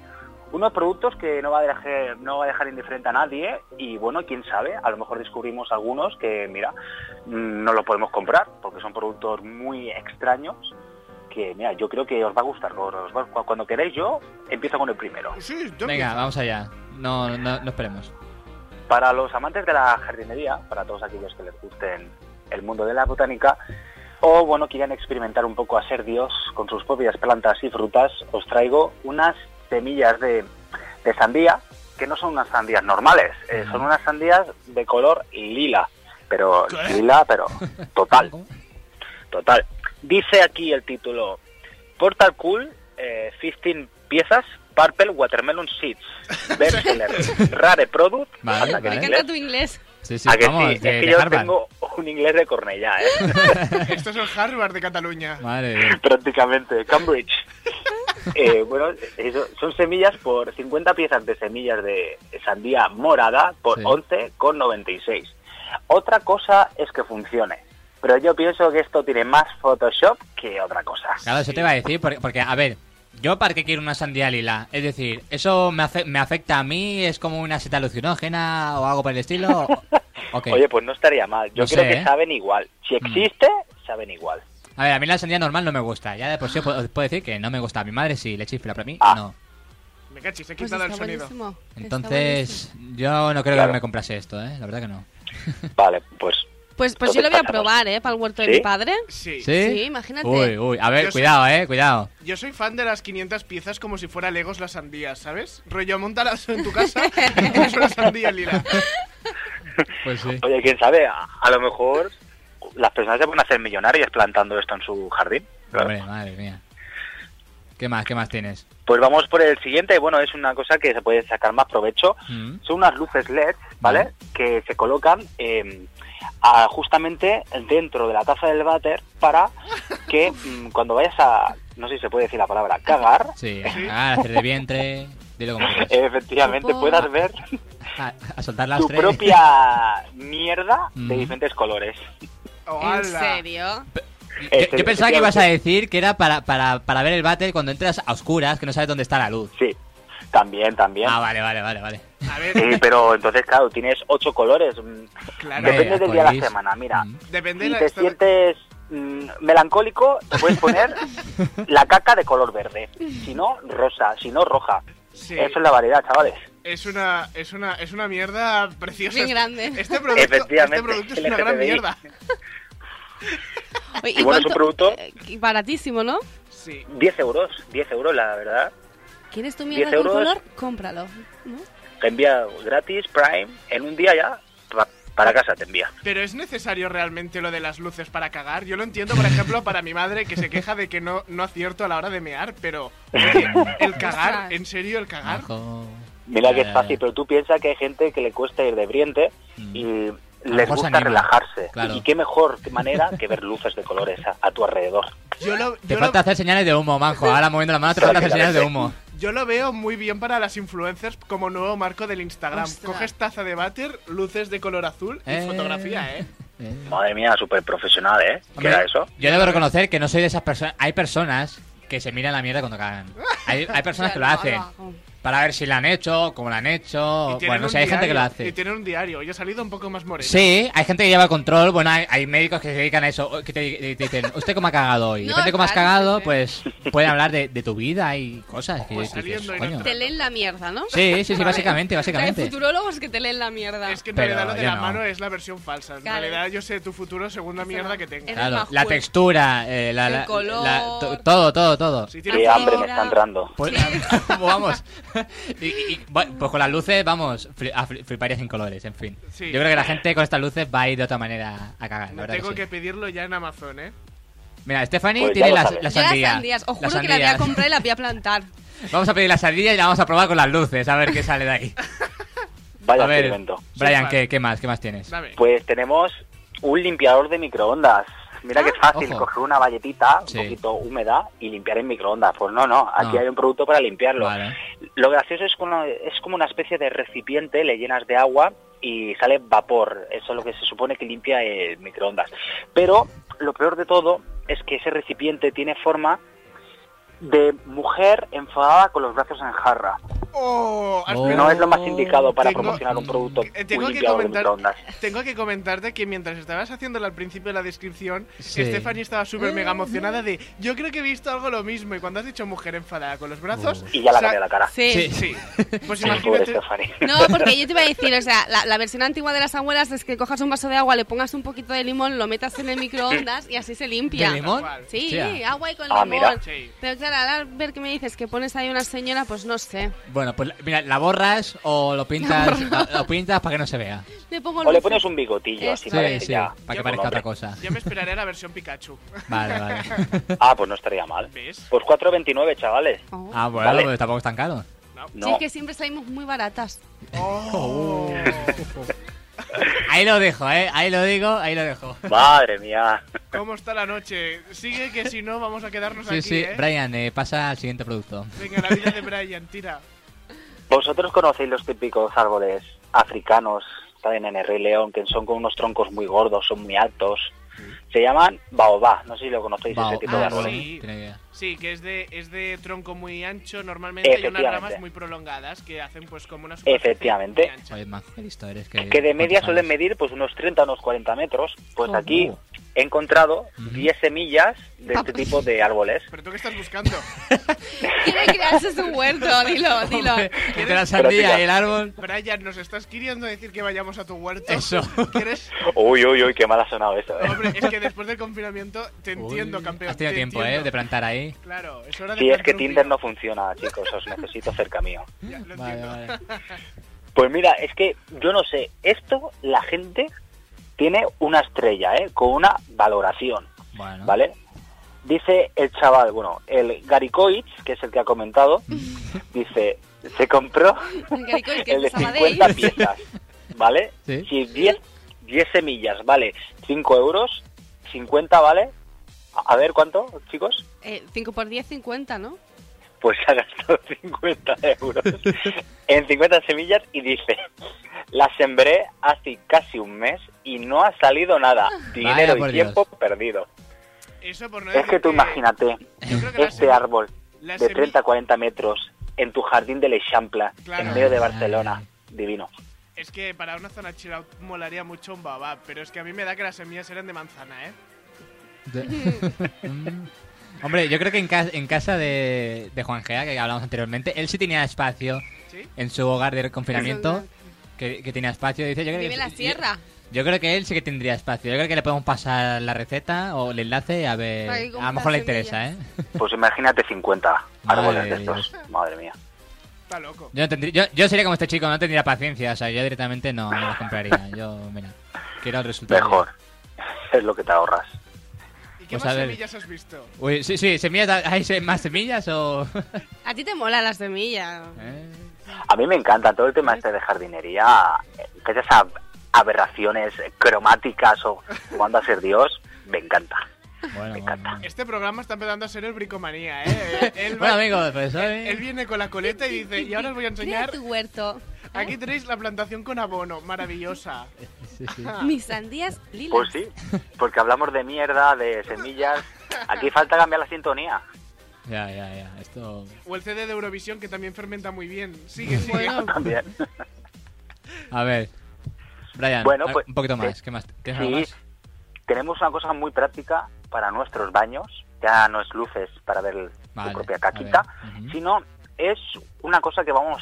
F: Unos productos que no va, a dejar, no va a dejar indiferente a nadie y bueno, quién sabe, a lo mejor descubrimos algunos que, mira, mm, no los podemos comprar porque son productos muy extraños que, mira, yo creo que os va a gustar. os va- Cuando queréis yo, empiezo con el primero.
C: Sí, yo
B: Venga, vamos allá. No, no, no esperemos.
F: Para los amantes de la jardinería, para todos aquellos que les gusten el mundo de la botánica, o bueno, quieran experimentar un poco a ser Dios con sus propias plantas y frutas, os traigo unas semillas de, de sandía que no son unas sandías normales, eh, son unas sandías de color lila, pero lila, pero total, total. Dice aquí el título, Portal Cool, eh, 15 piezas, Purple Watermelon Seeds, bestseller, rare product,
B: Vale,
F: Anda, que
D: Me
B: vale.
D: encanta tu inglés.
B: Sí, sí,
F: ¿A que sí?
B: vamos,
F: Es
B: de,
F: que
B: de
F: yo
B: Harvard.
F: tengo un inglés de Cornellá, ¿eh?
C: Esto es el Harvard de Cataluña.
B: Madre de Dios.
F: prácticamente, Cambridge. Eh, bueno, eso, son semillas por 50 piezas de semillas de sandía morada por
B: Sí.
F: 11,96. Otra cosa es que funcione, pero yo pienso que esto tiene más Photoshop que otra cosa.
B: Claro, eso te iba a decir, porque, porque, a ver, yo para qué quiero una sandía lila, es decir, ¿eso me, afe- me afecta a mí? ¿Es como una seta alucinógena o algo por el estilo? O- ok.
F: Oye, pues no estaría mal. Yo
B: No
F: creo
B: sé,
F: que
B: ¿eh?
F: saben igual. Si existe, saben igual.
B: A ver, a mí la sandía normal no me gusta, ya de por sí os puedo, os puedo decir que no me gusta. A mi madre sí, le chifla, pero a mí
F: Ah.
B: no.
C: Me cachis, he
D: Pues
C: quitado
D: está
C: el sonido.
D: buenísimo. Está buenísimo.
B: Entonces, yo no creo
F: Claro.
B: que me comprase esto, ¿eh? La verdad que no.
F: Vale, pues
D: Pues, pues yo lo voy a
F: Entonces,
D: probar, ¿eh? Para el huerto de
F: ¿Sí?
D: mi padre.
C: Sí.
D: Sí, imagínate.
B: Uy, uy, a ver,
C: Yo sé-
B: cuidado, ¿eh? Cuidado.
C: Yo soy fan de las 500 piezas como si fuera Legos las sandías, ¿sabes? Rollo, montalas en tu casa y es una sandía lila.
B: Pues sí.
F: Oye, quién sabe, a, a lo mejor las personas se pueden hacer millonarias plantando esto en su jardín.
B: Hombre, madre mía. ¿Qué más? ¿Qué más tienes?
F: Pues vamos por el siguiente, bueno, es una cosa que se puede sacar más provecho.
B: Mm.
F: Son unas luces LED, ¿vale?
B: Vale.
F: Que se colocan eh, a- justamente dentro de la taza del váter para que mm, cuando vayas a, no sé si se puede decir la palabra, cagar,
B: Sí, a cagar, a hacer de vientre. Dilo como quieras.
F: efectivamente
D: Popó.
F: puedas ver
B: A, a soltar las
F: Eh, tu
B: tres.
F: propia mierda de
B: Mm.
F: diferentes colores. Este,
C: ¡Hola!
D: ¿En serio?
B: Yo, yo
F: Efe-
B: pensaba que
F: efectivamente.
B: ibas a decir que era para, para, para ver el váter cuando entras a oscuras, que no sabes dónde está la luz.
F: Sí, también, también.
B: Ah, vale, vale, vale, vale.
C: A ver,
F: Sí, pero entonces, claro, tienes ocho colores. mm,
C: claro.
F: Depende
B: Vaya,
F: del día de
B: colis.
F: la semana, mira.
B: Mm.
C: Depende de
F: Si
C: la
F: te
C: historia.
F: sientes mm, melancólico, te puedes poner la caca de color verde. Si no, rosa. Si no, roja.
C: Sí,
F: Eso es la variedad, chavales.
C: es una, es una, es una mierda preciosa.
D: Bien grande.
C: Este producto,
F: Efectivamente,
C: este producto es una gran
F: LGTBI.
C: mierda.
D: Oye,
F: Y bueno, es un producto-
D: eh, y baratísimo, ¿no?
C: Sí.
F: 10 euros, 10 euros, la verdad.
D: ¿Quieres tu mierda
F: 10
D: con
F: euros.
D: color? Cómpralo. ¿no?
F: Te envía gratis, Prime, en un día ya, pa- para casa te envía.
C: Pero es necesario realmente lo de las luces para cagar. Yo lo entiendo, por ejemplo, para mi madre que se queja de que no, no acierto a la hora de mear, pero oye, el cagar, en serio, el cagar.
B: Ojo.
F: Mira que
B: Ya,
F: es
B: ya,
F: fácil,
B: ya.
F: pero tú piensas que hay gente que le cuesta ir de briente
B: Mm.
F: y
B: lo
F: les
B: mejor se
F: gusta
B: anima,
F: relajarse.
B: claro.
F: Y qué mejor manera que ver luces de colores a, a tu alrededor.
C: Yo lo,
B: Te
C: yo
B: falta
C: lo,
B: hacer señales de humo, manjo. Ahora moviendo la mano te falta hacer señales de humo.
C: Yo lo veo muy bien para las influencers como nuevo marco del Instagram.
D: Ostras.
C: Coges taza de váter, luces de color azul y
B: Eh.
C: fotografía, ¿eh?
F: Madre mía, súper profesional, ¿eh? ¿Qué
B: Hombre,
F: era eso?
B: Yo debo reconocer que no soy de esas personas. Hay personas que se miran la mierda cuando cagan. Hay, hay personas que lo hacen. Para ver si la han hecho, cómo la han
C: Y
B: hecho.
C: tienen
B: Bueno, no
C: un
B: sé, hay gente que lo
C: diario, Y
B: hace.
C: tienen un diario. Yo he salido un poco más moreno.
B: Sí, hay gente que lleva control. Bueno, hay, hay médicos que se dedican a eso. Que te, te dicen, ¿usted cómo ha cagado hoy?
D: No,
B: Depende de cómo has
D: claro,
B: cagado,
D: sí, sí.
B: pues pueden hablar de, de tu vida y cosas. Que
C: Pues
B: dices,
C: saliendo y no
B: "Coño".
D: Te leen la mierda, ¿no?
B: Sí, sí, sí,
D: Vale.
B: básicamente,
D: Hay
B: básicamente.
D: futurólogos que te leen la mierda.
C: Es que en
B: Pero
C: realidad lo de
B: yo
C: la
B: no.
C: mano es la versión falsa. En
D: Claro.
C: realidad yo sé tu futuro según la
D: Eso
C: mierda
D: no.
C: que tengas.
D: Eres
B: Claro,
D: más
B: la
D: juez.
B: textura, eh, la,
D: El
B: la-
D: color.
B: la- to- todo, todo, todo.
C: Si tienes
F: Qué
D: Ahora-
F: hambre me está entrando.
B: Pues, pues vamos. Y- y- y, bueno, pues con las luces, vamos, fli- a fli- fliparías en colores, en fin.
C: Sí.
B: Yo creo que la gente con estas luces va a ir de otra manera a cagar, la
C: Me
B: verdad
C: tengo
B: que sí.
C: que pedirlo ya en Amazon, ¿eh?
B: Mira, Stephanie
F: Pues ya
B: tiene
F: lo
B: la,
F: sabes.
B: la
D: Yo las
B: sandía.
D: sandías, os juro
B: Las
D: que la voy a
B: sandías.
D: comprar y la voy a plantar.
B: Vamos a pedir la sandilla y la vamos a probar con las luces, a ver qué sale de ahí.
F: Vaya
B: a ver,
F: experimento.
B: Brian,
C: fan.
B: ¿qué, qué más? ¿Qué más tienes?
C: Dame.
F: Pues tenemos un limpiador de microondas. Mira que es
C: Ah,
F: fácil,
B: ojo.
F: coger una valletita
B: Sí.
F: un poquito húmeda y limpiar en microondas. Pues no, no, aquí
C: Ah.
B: No.
F: hay un producto para limpiarlo.
B: Vale.
F: Lo gracioso es, como- es como una especie de recipiente, le llenas de agua y sale vapor. Eso es lo que se supone que limpia el microondas. Pero lo peor de todo es que ese recipiente tiene forma de mujer enfadada con los brazos en jarra.
C: ¡Oh! has
B: Oh.
C: pedido-
F: No es lo más indicado para
C: Tengo-
F: promocionar un producto
C: Eh,
F: un
C: tengo, que
F: limpiador de
C: comentar,
F: microondas.
C: tengo que comentarte que mientras estabas haciéndola al principio de la descripción,
B: Sí.
C: Stephanie estaba súper mega emocionada de yo creo que he visto algo lo mismo y cuando has dicho mujer enfadada con los brazos...
F: Y ya la
C: o sea,
F: cambié la cara.
D: Sí.
B: Sí.
C: Sí, pues
F: Pobre
C: imagínate...
F: Stephanie.
D: No, porque yo te iba a decir, o sea, la, la versión antigua de las abuelas es que cojas un vaso de agua, le pongas un poquito de limón, lo metas en el microondas y así se limpia.
B: ¿De limón?
C: Igual.
D: Sí,
B: Hostia.
D: agua y con
F: Ah,
D: limón.
F: mira.
C: Sí.
D: Pero claro, al ver que me dices que pones ahí una señora, pues no sé.
B: Bueno, pues la- mira, la borras o lo pintas, lo pintas para que no se vea.
D: Le pongo
F: O le
D: luces.
F: pones un bigotillo, así
D: Sí,
B: Sí,
F: parece
B: sí,
F: ya.
B: para que
C: Yo
B: parezca
F: como
B: otra
F: hombre.
B: cosa.
C: Yo me esperaré a la versión Pikachu.
B: Vale, vale.
F: Ah, pues no estaría mal.
C: ¿Ves?
F: Pues 4.29, chavales.
D: Oh.
B: Ah, bueno,
F: Vale.
B: pues tampoco es tan caro.
D: Sí, es
F: No.
D: que siempre salimos muy baratas.
C: Oh.
B: Ahí lo dejo, ¿eh? Ahí lo digo, ahí lo dejo.
F: Madre mía.
C: ¿Cómo está la noche? Sigue que si no vamos a quedarnos
B: Sí,
C: aquí,
B: sí,
C: ¿eh?
B: Brian, eh, pasa al siguiente producto.
C: Venga, la vida de Brian, tira.
F: ¿Vosotros conocéis los típicos árboles africanos que salen en el Rey León, que son con unos troncos muy gordos, son muy altos? Se llaman baobá. No sé si lo conocéis,
B: Bao-
F: ese tipo de
C: ah,
F: árboles.
C: sí.
B: tiene idea.
C: Sí, que es de, es de tronco muy ancho normalmente y unas
F: Efectivamente.
C: ramas muy prolongadas que hacen pues como una superficie
F: Efectivamente.
C: muy ancha.
B: Oye, más listo eres que...
F: Que de media
B: ¿cuántos años?
F: suelen medir pues unos 30 o unos 40 metros. Pues
D: Ojo.
F: aquí he encontrado
B: Ujú.
F: 10 semillas de este tipo de árboles.
C: ¿Pero tú qué estás buscando?
D: Quiere crearse su huerto, dilo, dilo.
B: Hombre, Entre la sandía
F: Práctica.
B: y el árbol...
C: Brian, ¿nos estás queriendo decir que vayamos a tu huerto?
B: Eso.
C: ¿Quieres?
F: Uy, uy, uy, qué mal ha sonado eso. ¿eh?
C: Hombre, es que después del confinamiento te entiendo,
B: Uy,
C: campeón.
B: Has tenido
C: te
B: tiempo,
C: entiendo.
B: ¿eh? De plantar ahí.
C: Claro, es hora de
F: Si es
C: plantar
F: que
C: un
F: Tinder
C: pino.
F: no funciona, chicos, os necesito cerca mío.
C: Ya, lo
B: Vale,
C: entiendo.
B: vale.
F: Pues mira, es que yo no sé, esto la gente tiene una estrella, ¿eh? Con una valoración,
B: Bueno.
F: ¿vale? Dice el chaval, bueno, el Garikoich, que es el que ha comentado, dice, se compró
D: Porque hay que
F: el de
D: es Sabadell.
F: 50 piezas, ¿vale?
B: Sí.
F: Si 10, 10 semillas vale 5 euros, 50 vale, a a ver cuánto, chicos,
D: 5 eh, por 10, 50, ¿no?
F: pues ha gastado 50 euros en 50 semillas y dice, la sembré hace casi un mes y no ha salido nada.
B: Vaya
F: Dinero
B: por
F: y tiempo
B: Dios.
F: perdido.
C: Eso por no
F: Es que
C: decir
F: tú imagínate
C: Yo creo que la
F: este
C: semi-
F: árbol
C: la
F: de
C: semi-
F: 30-40 metros en tu jardín de L'Eixample,
C: Claro.
F: en medio de Barcelona. Divino.
C: Es que para una zona chill out molaría mucho un babá, pero es que a mí me da que las semillas eran de manzana, ¿eh?
B: De- Mm. Hombre, yo creo que en, ca- en casa de, de Juan Gea, que hablamos anteriormente, él sí tenía espacio
C: ¿Sí?
B: en su hogar de confinamiento,
D: Eso
B: que, que tenía espacio. Dice, yo creo
D: Vive
B: que,
D: en la
B: yo-
D: sierra.
B: Yo creo que él sí que tendría espacio. Yo creo que le podemos pasar la receta o el enlace a ver.
D: Para que compre
B: A lo mejor le
D: las
B: interesa, ¿eh?
D: semillas.
F: Pues imagínate 50
B: Madre
F: árboles de
B: de
F: estos. Madre mía.
C: Está loco.
B: Yo, no tendría, yo, yo sería como este chico, no tendría paciencia. O sea, yo directamente no, no las compraría. Yo, mira, quiero el resultado.
F: Mejor. Es lo que te ahorras.
C: ¿Y qué
B: Pues
C: más
B: a ver.
C: semillas has visto?
B: Uy, sí, sí, semillas. ¿Hay se- más semillas o.?
D: A ti te mola la semilla.
B: Eh,
F: A mí me encanta todo el tema este de jardinería, eh, que esas ab- aberraciones cromáticas o jugando a ser Dios, me encanta.
B: Bueno,
F: Me
B: bueno,
F: encanta.
B: bueno.
C: Este programa está empezando a ser el bricomanía, ¿eh? Él, va-
B: Bueno, amigos, pues hoy...
C: él viene con la coleta y dice, Eh, y ahora os voy a enseñar,
D: Mira tu huerto.
C: aquí tenéis la plantación con abono, maravillosa.
B: Sí, sí.
C: Ah.
D: Mis sandías lilas.
F: Pues sí, porque hablamos de mierda, de semillas. Aquí falta cambiar la sintonía.
B: Ya, ya, ya. Esto...
C: O el CD de Eurovisión que también fermenta muy bien. Sigue, sigue.
B: Ah.
D: Bueno,
F: También.
B: A ver. Brian,
F: Bueno,
B: a-
F: pues,
B: un poquito más.
F: eh,
B: ¿Qué más? ¿Tienes algo
F: Sí,
B: más?
F: tenemos una cosa muy práctica para nuestros baños. Ya no es luces para ver el-
B: Vale,
F: tu propia
B: a ver,
F: caquita,
B: ujú.
F: sino es una cosa que vamos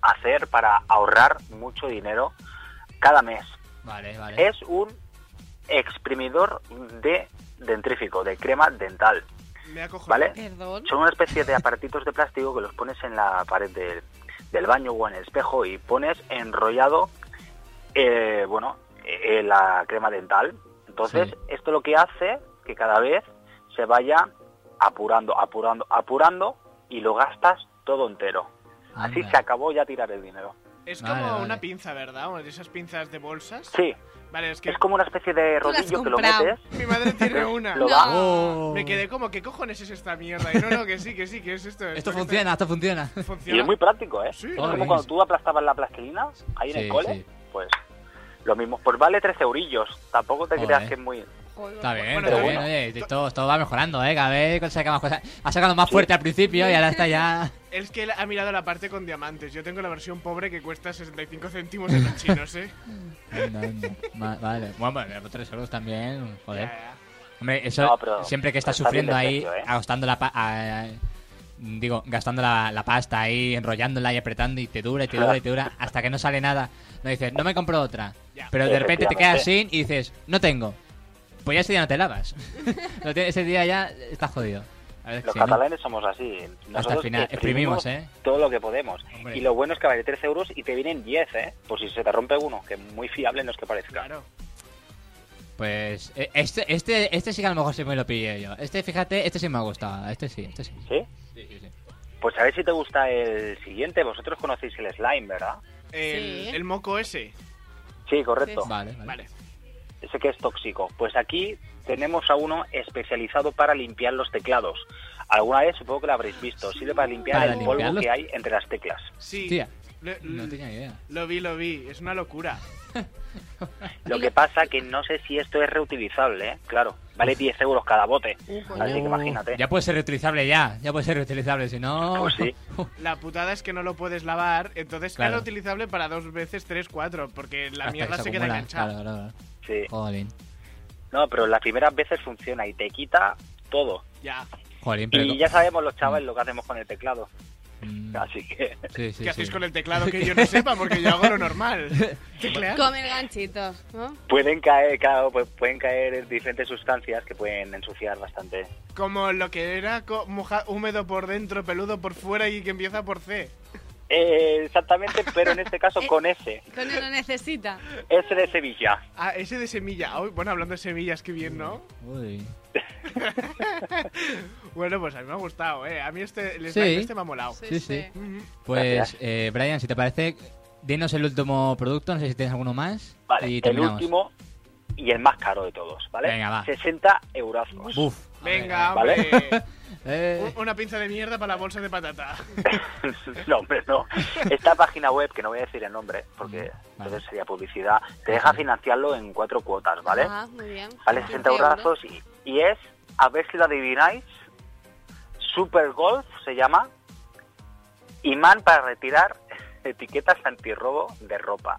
F: a hacer para ahorrar mucho dinero cada mes.
B: Vale,
D: ¿Eh?
B: vale.
F: Es un exprimidor de dentrífico, de crema dental.
C: Me acojo.
F: ¿Vale?
D: Perdón.
F: Son una especie de aparatitos de plástico que los pones en la pared del, del baño o en el espejo y pones enrollado, eh, bueno, eh, eh, la crema dental. Entonces,
B: Sí.
F: esto lo que hace que cada vez se vaya apurando, apurando, apurando y lo gastas todo entero. Así
B: Anda.
F: se acabó ya tirar el dinero.
C: Es
B: Vale,
C: como
B: vale.
C: una pinza, ¿verdad? Una de esas pinzas de bolsas.
F: Sí,
C: Vale, es que
F: es como una especie de
D: Tú lo has
F: rodillo que lo
D: comprado.
F: metes.
C: mi madre tiene una.
F: Lo
D: No.
F: va-
B: Oh.
C: Ah, Me quedé como, ¿qué cojones es esta mierda? Y no, no, que sí, que sí, que es esto.
B: Esto
C: que
B: funciona, esto funciona.
C: está-
F: Y
C: funciona.
F: es muy práctico, ¿eh?
C: Sí,
F: es
C: Todo
F: como
B: bien.
F: cuando tú aplastabas la plastilina ahí en
B: Sí,
F: el cole,
B: sí.
F: pues lo mismo. Pues vale 13 eurillos, tampoco te
B: Joder.
F: creas que es muy...
B: Está bien,
C: Bueno,
B: está
F: pero
B: bien.
F: bueno.
B: Oye, y todo, todo va mejorando, ¿eh? Cada vez saca más cosas. Ha sacado más fuerte al principio y ahora está ya...
C: Es que él ha mirado la parte con diamantes. Yo tengo la versión pobre que cuesta 65 céntimos en los chinos, ¿eh?
B: Anda, anda. Ma- Vale. Bueno, pero 3 euros también, joder.
C: Ya,
B: Hombre, eso
F: No, pero-
B: siempre que estás
F: pero está bien
B: sufriendo
F: de
B: ahí,
F: precio, ¿eh?
B: agostando la pa- a- a- digo, gastando la, la pasta ahí, enrollándola y apretando y te dura y te dura y te dura hasta que no sale nada. No dices, no me compro otra.
C: Ya.
B: Pero de repente te quedas sin
F: Efectivamente.
B: y dices, no tengo. Pues ya ese día no te lavas. No tiene- ese día ya estás jodido. A ver,
F: Los
B: sí, ¿no?
F: catalanes somos así. Nosotros
B: Hasta el final, exprimimos, ¿eh?
F: Todo lo que podemos.
B: Hombre.
F: Y lo bueno es que vale 13 euros y te vienen 10, ¿eh? Por si se te rompe uno, que muy fiable no es que parezca.
C: Claro.
B: Pues eh, este, este, este sí que a lo mejor sí me lo pillé yo. Este, fíjate, este sí me ha gustado. Este sí, este sí.
F: ¿Sí? Pues a ver si te gusta el siguiente. Vosotros conocéis el slime, ¿verdad?
C: El,
D: Sí.
C: el moco ese.
F: Sí, correcto.
B: Vale, vale.
C: Vale.
F: ese que es tóxico. Pues aquí tenemos a uno especializado para limpiar los teclados. Alguna vez supongo que lo habréis visto. Sirve para limpiar
B: Para
F: el
B: limpiar
F: polvo
B: los-
F: que hay entre las teclas.
C: Sí.
B: Tía,
C: Lo,
B: no tenía idea.
C: lo vi, lo vi. Es una locura.
F: Lo que pasa que no sé si esto es reutilizable, ¿eh? Claro, vale 10 euros cada bote.
C: ¿Eh?
F: Así que imagínate.
B: Ya puede ser reutilizable ya, ya puede ser reutilizable, si no... uh,
F: Pues sí.
C: La putada es que no lo puedes lavar, entonces
B: Claro.
C: es utilizable para dos veces, tres, cuatro, porque la
B: Hasta
C: mierda
B: que
C: se, queda
B: acumula.
C: enganchada.
B: Claro, claro,
F: Sí.
B: claro. Jolín.
F: No, pero las primeras veces funciona y te quita todo.
C: Ya.
B: Jolín, pero...
F: Y ya sabemos los chavales lo que hacemos con el teclado.
B: Mm,
F: Así que
B: sí, sí,
C: ¿Qué hacéis
B: sí.
C: con el teclado que yo no sepa? Porque yo hago lo normal. Teclear.
D: Comer ganchitos, ¿no?
F: pueden caer, claro, pues pueden caer diferentes sustancias que pueden ensuciar bastante.
C: Como lo que era co- moja- húmedo por dentro, peludo por fuera y que empieza por C.
F: Eh, exactamente, pero en este caso con ese.
D: Con él lo necesita.
F: Ese de Sevilla.
C: Ah, ese de semilla. Ay, bueno, hablando de semillas, qué bien, ¿no?
B: Uy.
C: Bueno, pues a mí me ha gustado, ¿eh? A mí este, el
B: Sí.
C: slime este me ha molado.
B: Sí, sí.
C: Ujú.
B: Pues,
F: Gracias.
B: eh, Brian, si te parece, dinos el último producto, no sé si tienes alguno más.
F: Vale,
B: y
F: el
B: terminamos.
F: último y el más caro de todos, ¿vale?
B: Venga, va.
F: 60 eurazos.
B: Buf. A ver,
C: Venga,
B: a
F: Vale.
C: hombre.
B: ver. Eh,
C: Un- Una pinza de mierda para la bolsa de patata.
F: no, hombre, no. Esta página web, que no voy a decir el nombre, porque entonces sería publicidad, te deja financiarlo en cuatro cuotas, ¿vale?
D: Ah, muy bien.
F: Vale,
D: 15
F: 60 eurazos y, y es, a ver si lo adivináis, Super Golf se llama, imán para retirar etiquetas antirrobo de ropa.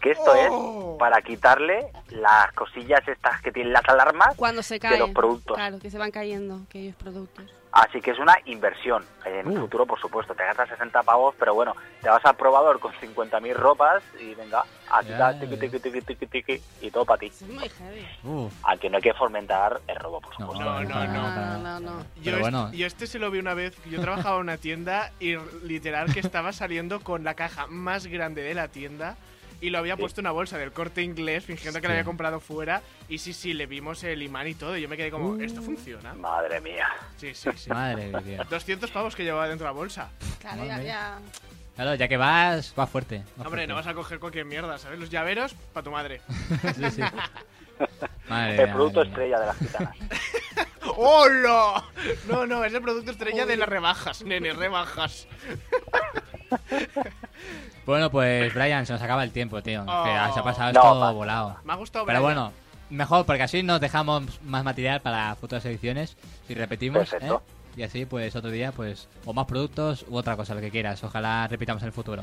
F: Que esto
C: Oh.
F: es para quitarle las cosillas estas que tienen las alarmas
D: Cuando se caen.
F: los productos.
D: Claro, que se van cayendo aquellos productos.
F: Así que es una inversión. eh, En
B: Uh.
F: el futuro, por supuesto, te gastas 60 pavos, pero bueno, te vas al probador con 50.000 ropas y venga, aquí
B: Ya,
F: está,
B: ya.
F: tiqui, tiqui, tiqui, tiqui, tiqui, y todo para ti.
D: Eso es muy heavy.
B: uf.
F: Aunque no hay que fomentar el robo, por
B: No,
F: supuesto.
C: No, no,
B: para nada,
C: no,
D: no,
B: para
D: Ah,
B: nada.
D: no, no.
C: Yo,
B: Pero
C: est-
B: bueno,
C: yo este se lo vi una vez. Yo trabajaba en una tienda y literal que estaba saliendo con la caja más grande de la tienda y lo había puesto en una bolsa del corte inglés fingiendo que la
B: Sí.
C: había comprado fuera. Y sí, sí, le vimos el imán y todo. Y yo me quedé como,
B: Uh.
C: ¿esto funciona?
F: Madre mía.
C: Sí, sí, sí.
B: madre de Dios.
C: 200 pavos que llevaba dentro de la bolsa.
D: Claro,
B: Madre
D: ya,
B: mía.
D: ya.
B: Claro, ya que vas, vas fuerte. vas
C: Hombre, no vas
B: fuerte.
C: a coger cualquier mierda, ¿sabes? Los llaveros, para tu madre.
B: Sí, sí. Madre
F: El
B: mía,
F: producto
B: madre mía.
F: estrella de las gitanas.
C: ¡Hola! No, no, es el producto estrella de las rebajas, nene, rebajas.
B: Bueno, pues Brian, se nos acaba el tiempo, tío. Que
C: Oh.
B: se ha pasado
F: No,
B: esto
F: pa-
B: volado.
C: Me ha gustado
B: Pero
C: Brian.
B: bueno, mejor, porque así nos dejamos más material para futuras ediciones. Si repetimos, ¿eh?
F: Perfecto.
B: Y así, pues otro día, pues, o más productos u otra cosa, lo que quieras. Ojalá repitamos en el futuro.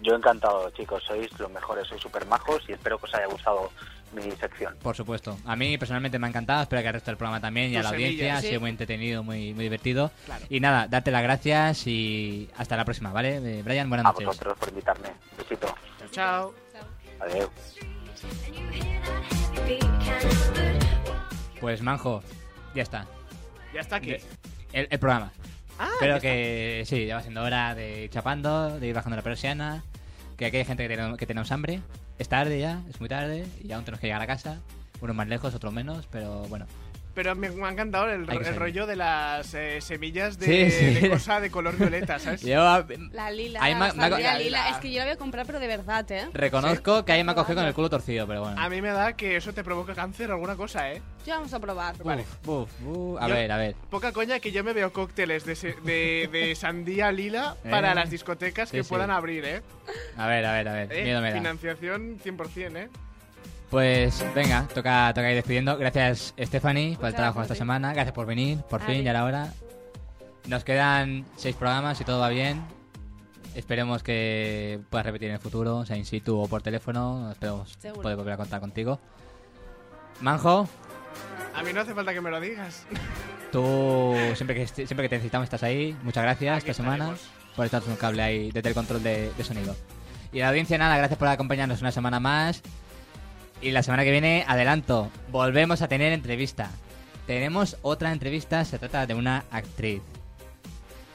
F: Yo encantado, chicos, sois los mejores, sois súper majos y espero que os haya gustado mi sección.
B: Por supuesto. A mí personalmente me ha encantado. Espero que al resto del programa también y
C: Tu
B: a la
C: semilla,
B: audiencia. Ha
D: sí.
B: sido muy entretenido, muy, muy divertido.
C: Claro.
B: Y nada, date las gracias y hasta la próxima, ¿vale? Eh, Brian, buenas
F: A
B: noches.
F: vosotros por invitarme. Besito.
C: Chao.
F: Adiós.
B: Pues Manjo, ya está.
C: Ya está aquí.
B: De- El, el programa.
C: Ah,
B: Pero
C: ya
B: que sí, ya va siendo hora de ir chapando, de ir bajando la persiana. Que aquí hay gente que, tiene- que tenemos hambre. Es tarde ya, es muy tarde y aún tenemos que llegar a casa. Unos más lejos, otros menos, pero bueno.
C: Pero me, me ha encantado el,
B: Hay que
C: el
B: salir.
C: rollo de las eh, semillas
B: Sí,
C: de,
B: sí.
C: de cosa de color violeta, ¿sabes?
B: Yo ah,
D: La lila,
B: Ahí me-
D: la
B: me ha co-
D: sandía
B: la
D: lila.
C: lila.
D: Es que yo la voy a comprar, pero de verdad, ¿eh?
B: reconozco que ahí me ha cogido con el culo torcido, pero bueno.
C: A mí me da que eso te provoca cáncer o alguna cosa, ¿eh?
D: Ya vamos a probar.
C: Vale.
B: Uf, uf, uf. A
C: Yo-
B: ver, a ver.
C: Poca coña que yo me veo cócteles de, se- de, de sandía lila
B: Eh.
C: para las discotecas
B: Sí,
C: que
B: sí.
C: puedan abrir, ¿eh?
B: A ver, a ver, a ver.
C: Eh,
B: Miedo me da.
C: Financiación 100%, ¿eh?
B: Pues venga, toca, toca ir despidiendo. Gracias, Stephanie, por el
D: Muchas
B: trabajo
D: gracias,
B: esta
D: sí.
B: semana. Gracias por venir, por
D: A
B: fin,
D: ver.
B: ya era hora. Nos quedan seis programas, si todo va bien. Esperemos que puedas repetir en el futuro, sea in situ o por teléfono. Esperemos
D: Seguro.
B: poder volver a contar contigo. Manjo,
C: A mí no hace falta que me lo digas.
B: tú siempre que, siempre que te necesitamos estás ahí. Muchas gracias
C: Aquí
B: esta semana
C: estaremos.
B: por estar un cable ahí desde el control de, de sonido. Y a la audiencia, nada, gracias por acompañarnos una semana más. Y la semana que viene, adelanto, volvemos a tener entrevista. Tenemos otra entrevista, se trata de una actriz.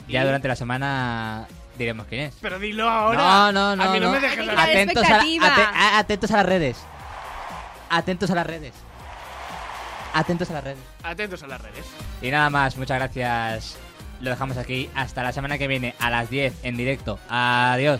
B: Ya
C: ¿Y?
B: durante la semana diremos quién es.
C: Pero dilo ahora.
B: No, no, no.
C: A mí no,
B: no.
C: me dejes
D: Hay que
C: hablar.
D: crear
B: atentos, a la-
D: expectativa.
B: ate- a- atentos a las redes. Atentos a las redes. Atentos a las redes.
C: Atentos a las redes.
B: Y nada más, muchas gracias. Lo dejamos aquí. Hasta la semana que viene a las 10 en directo. Adiós.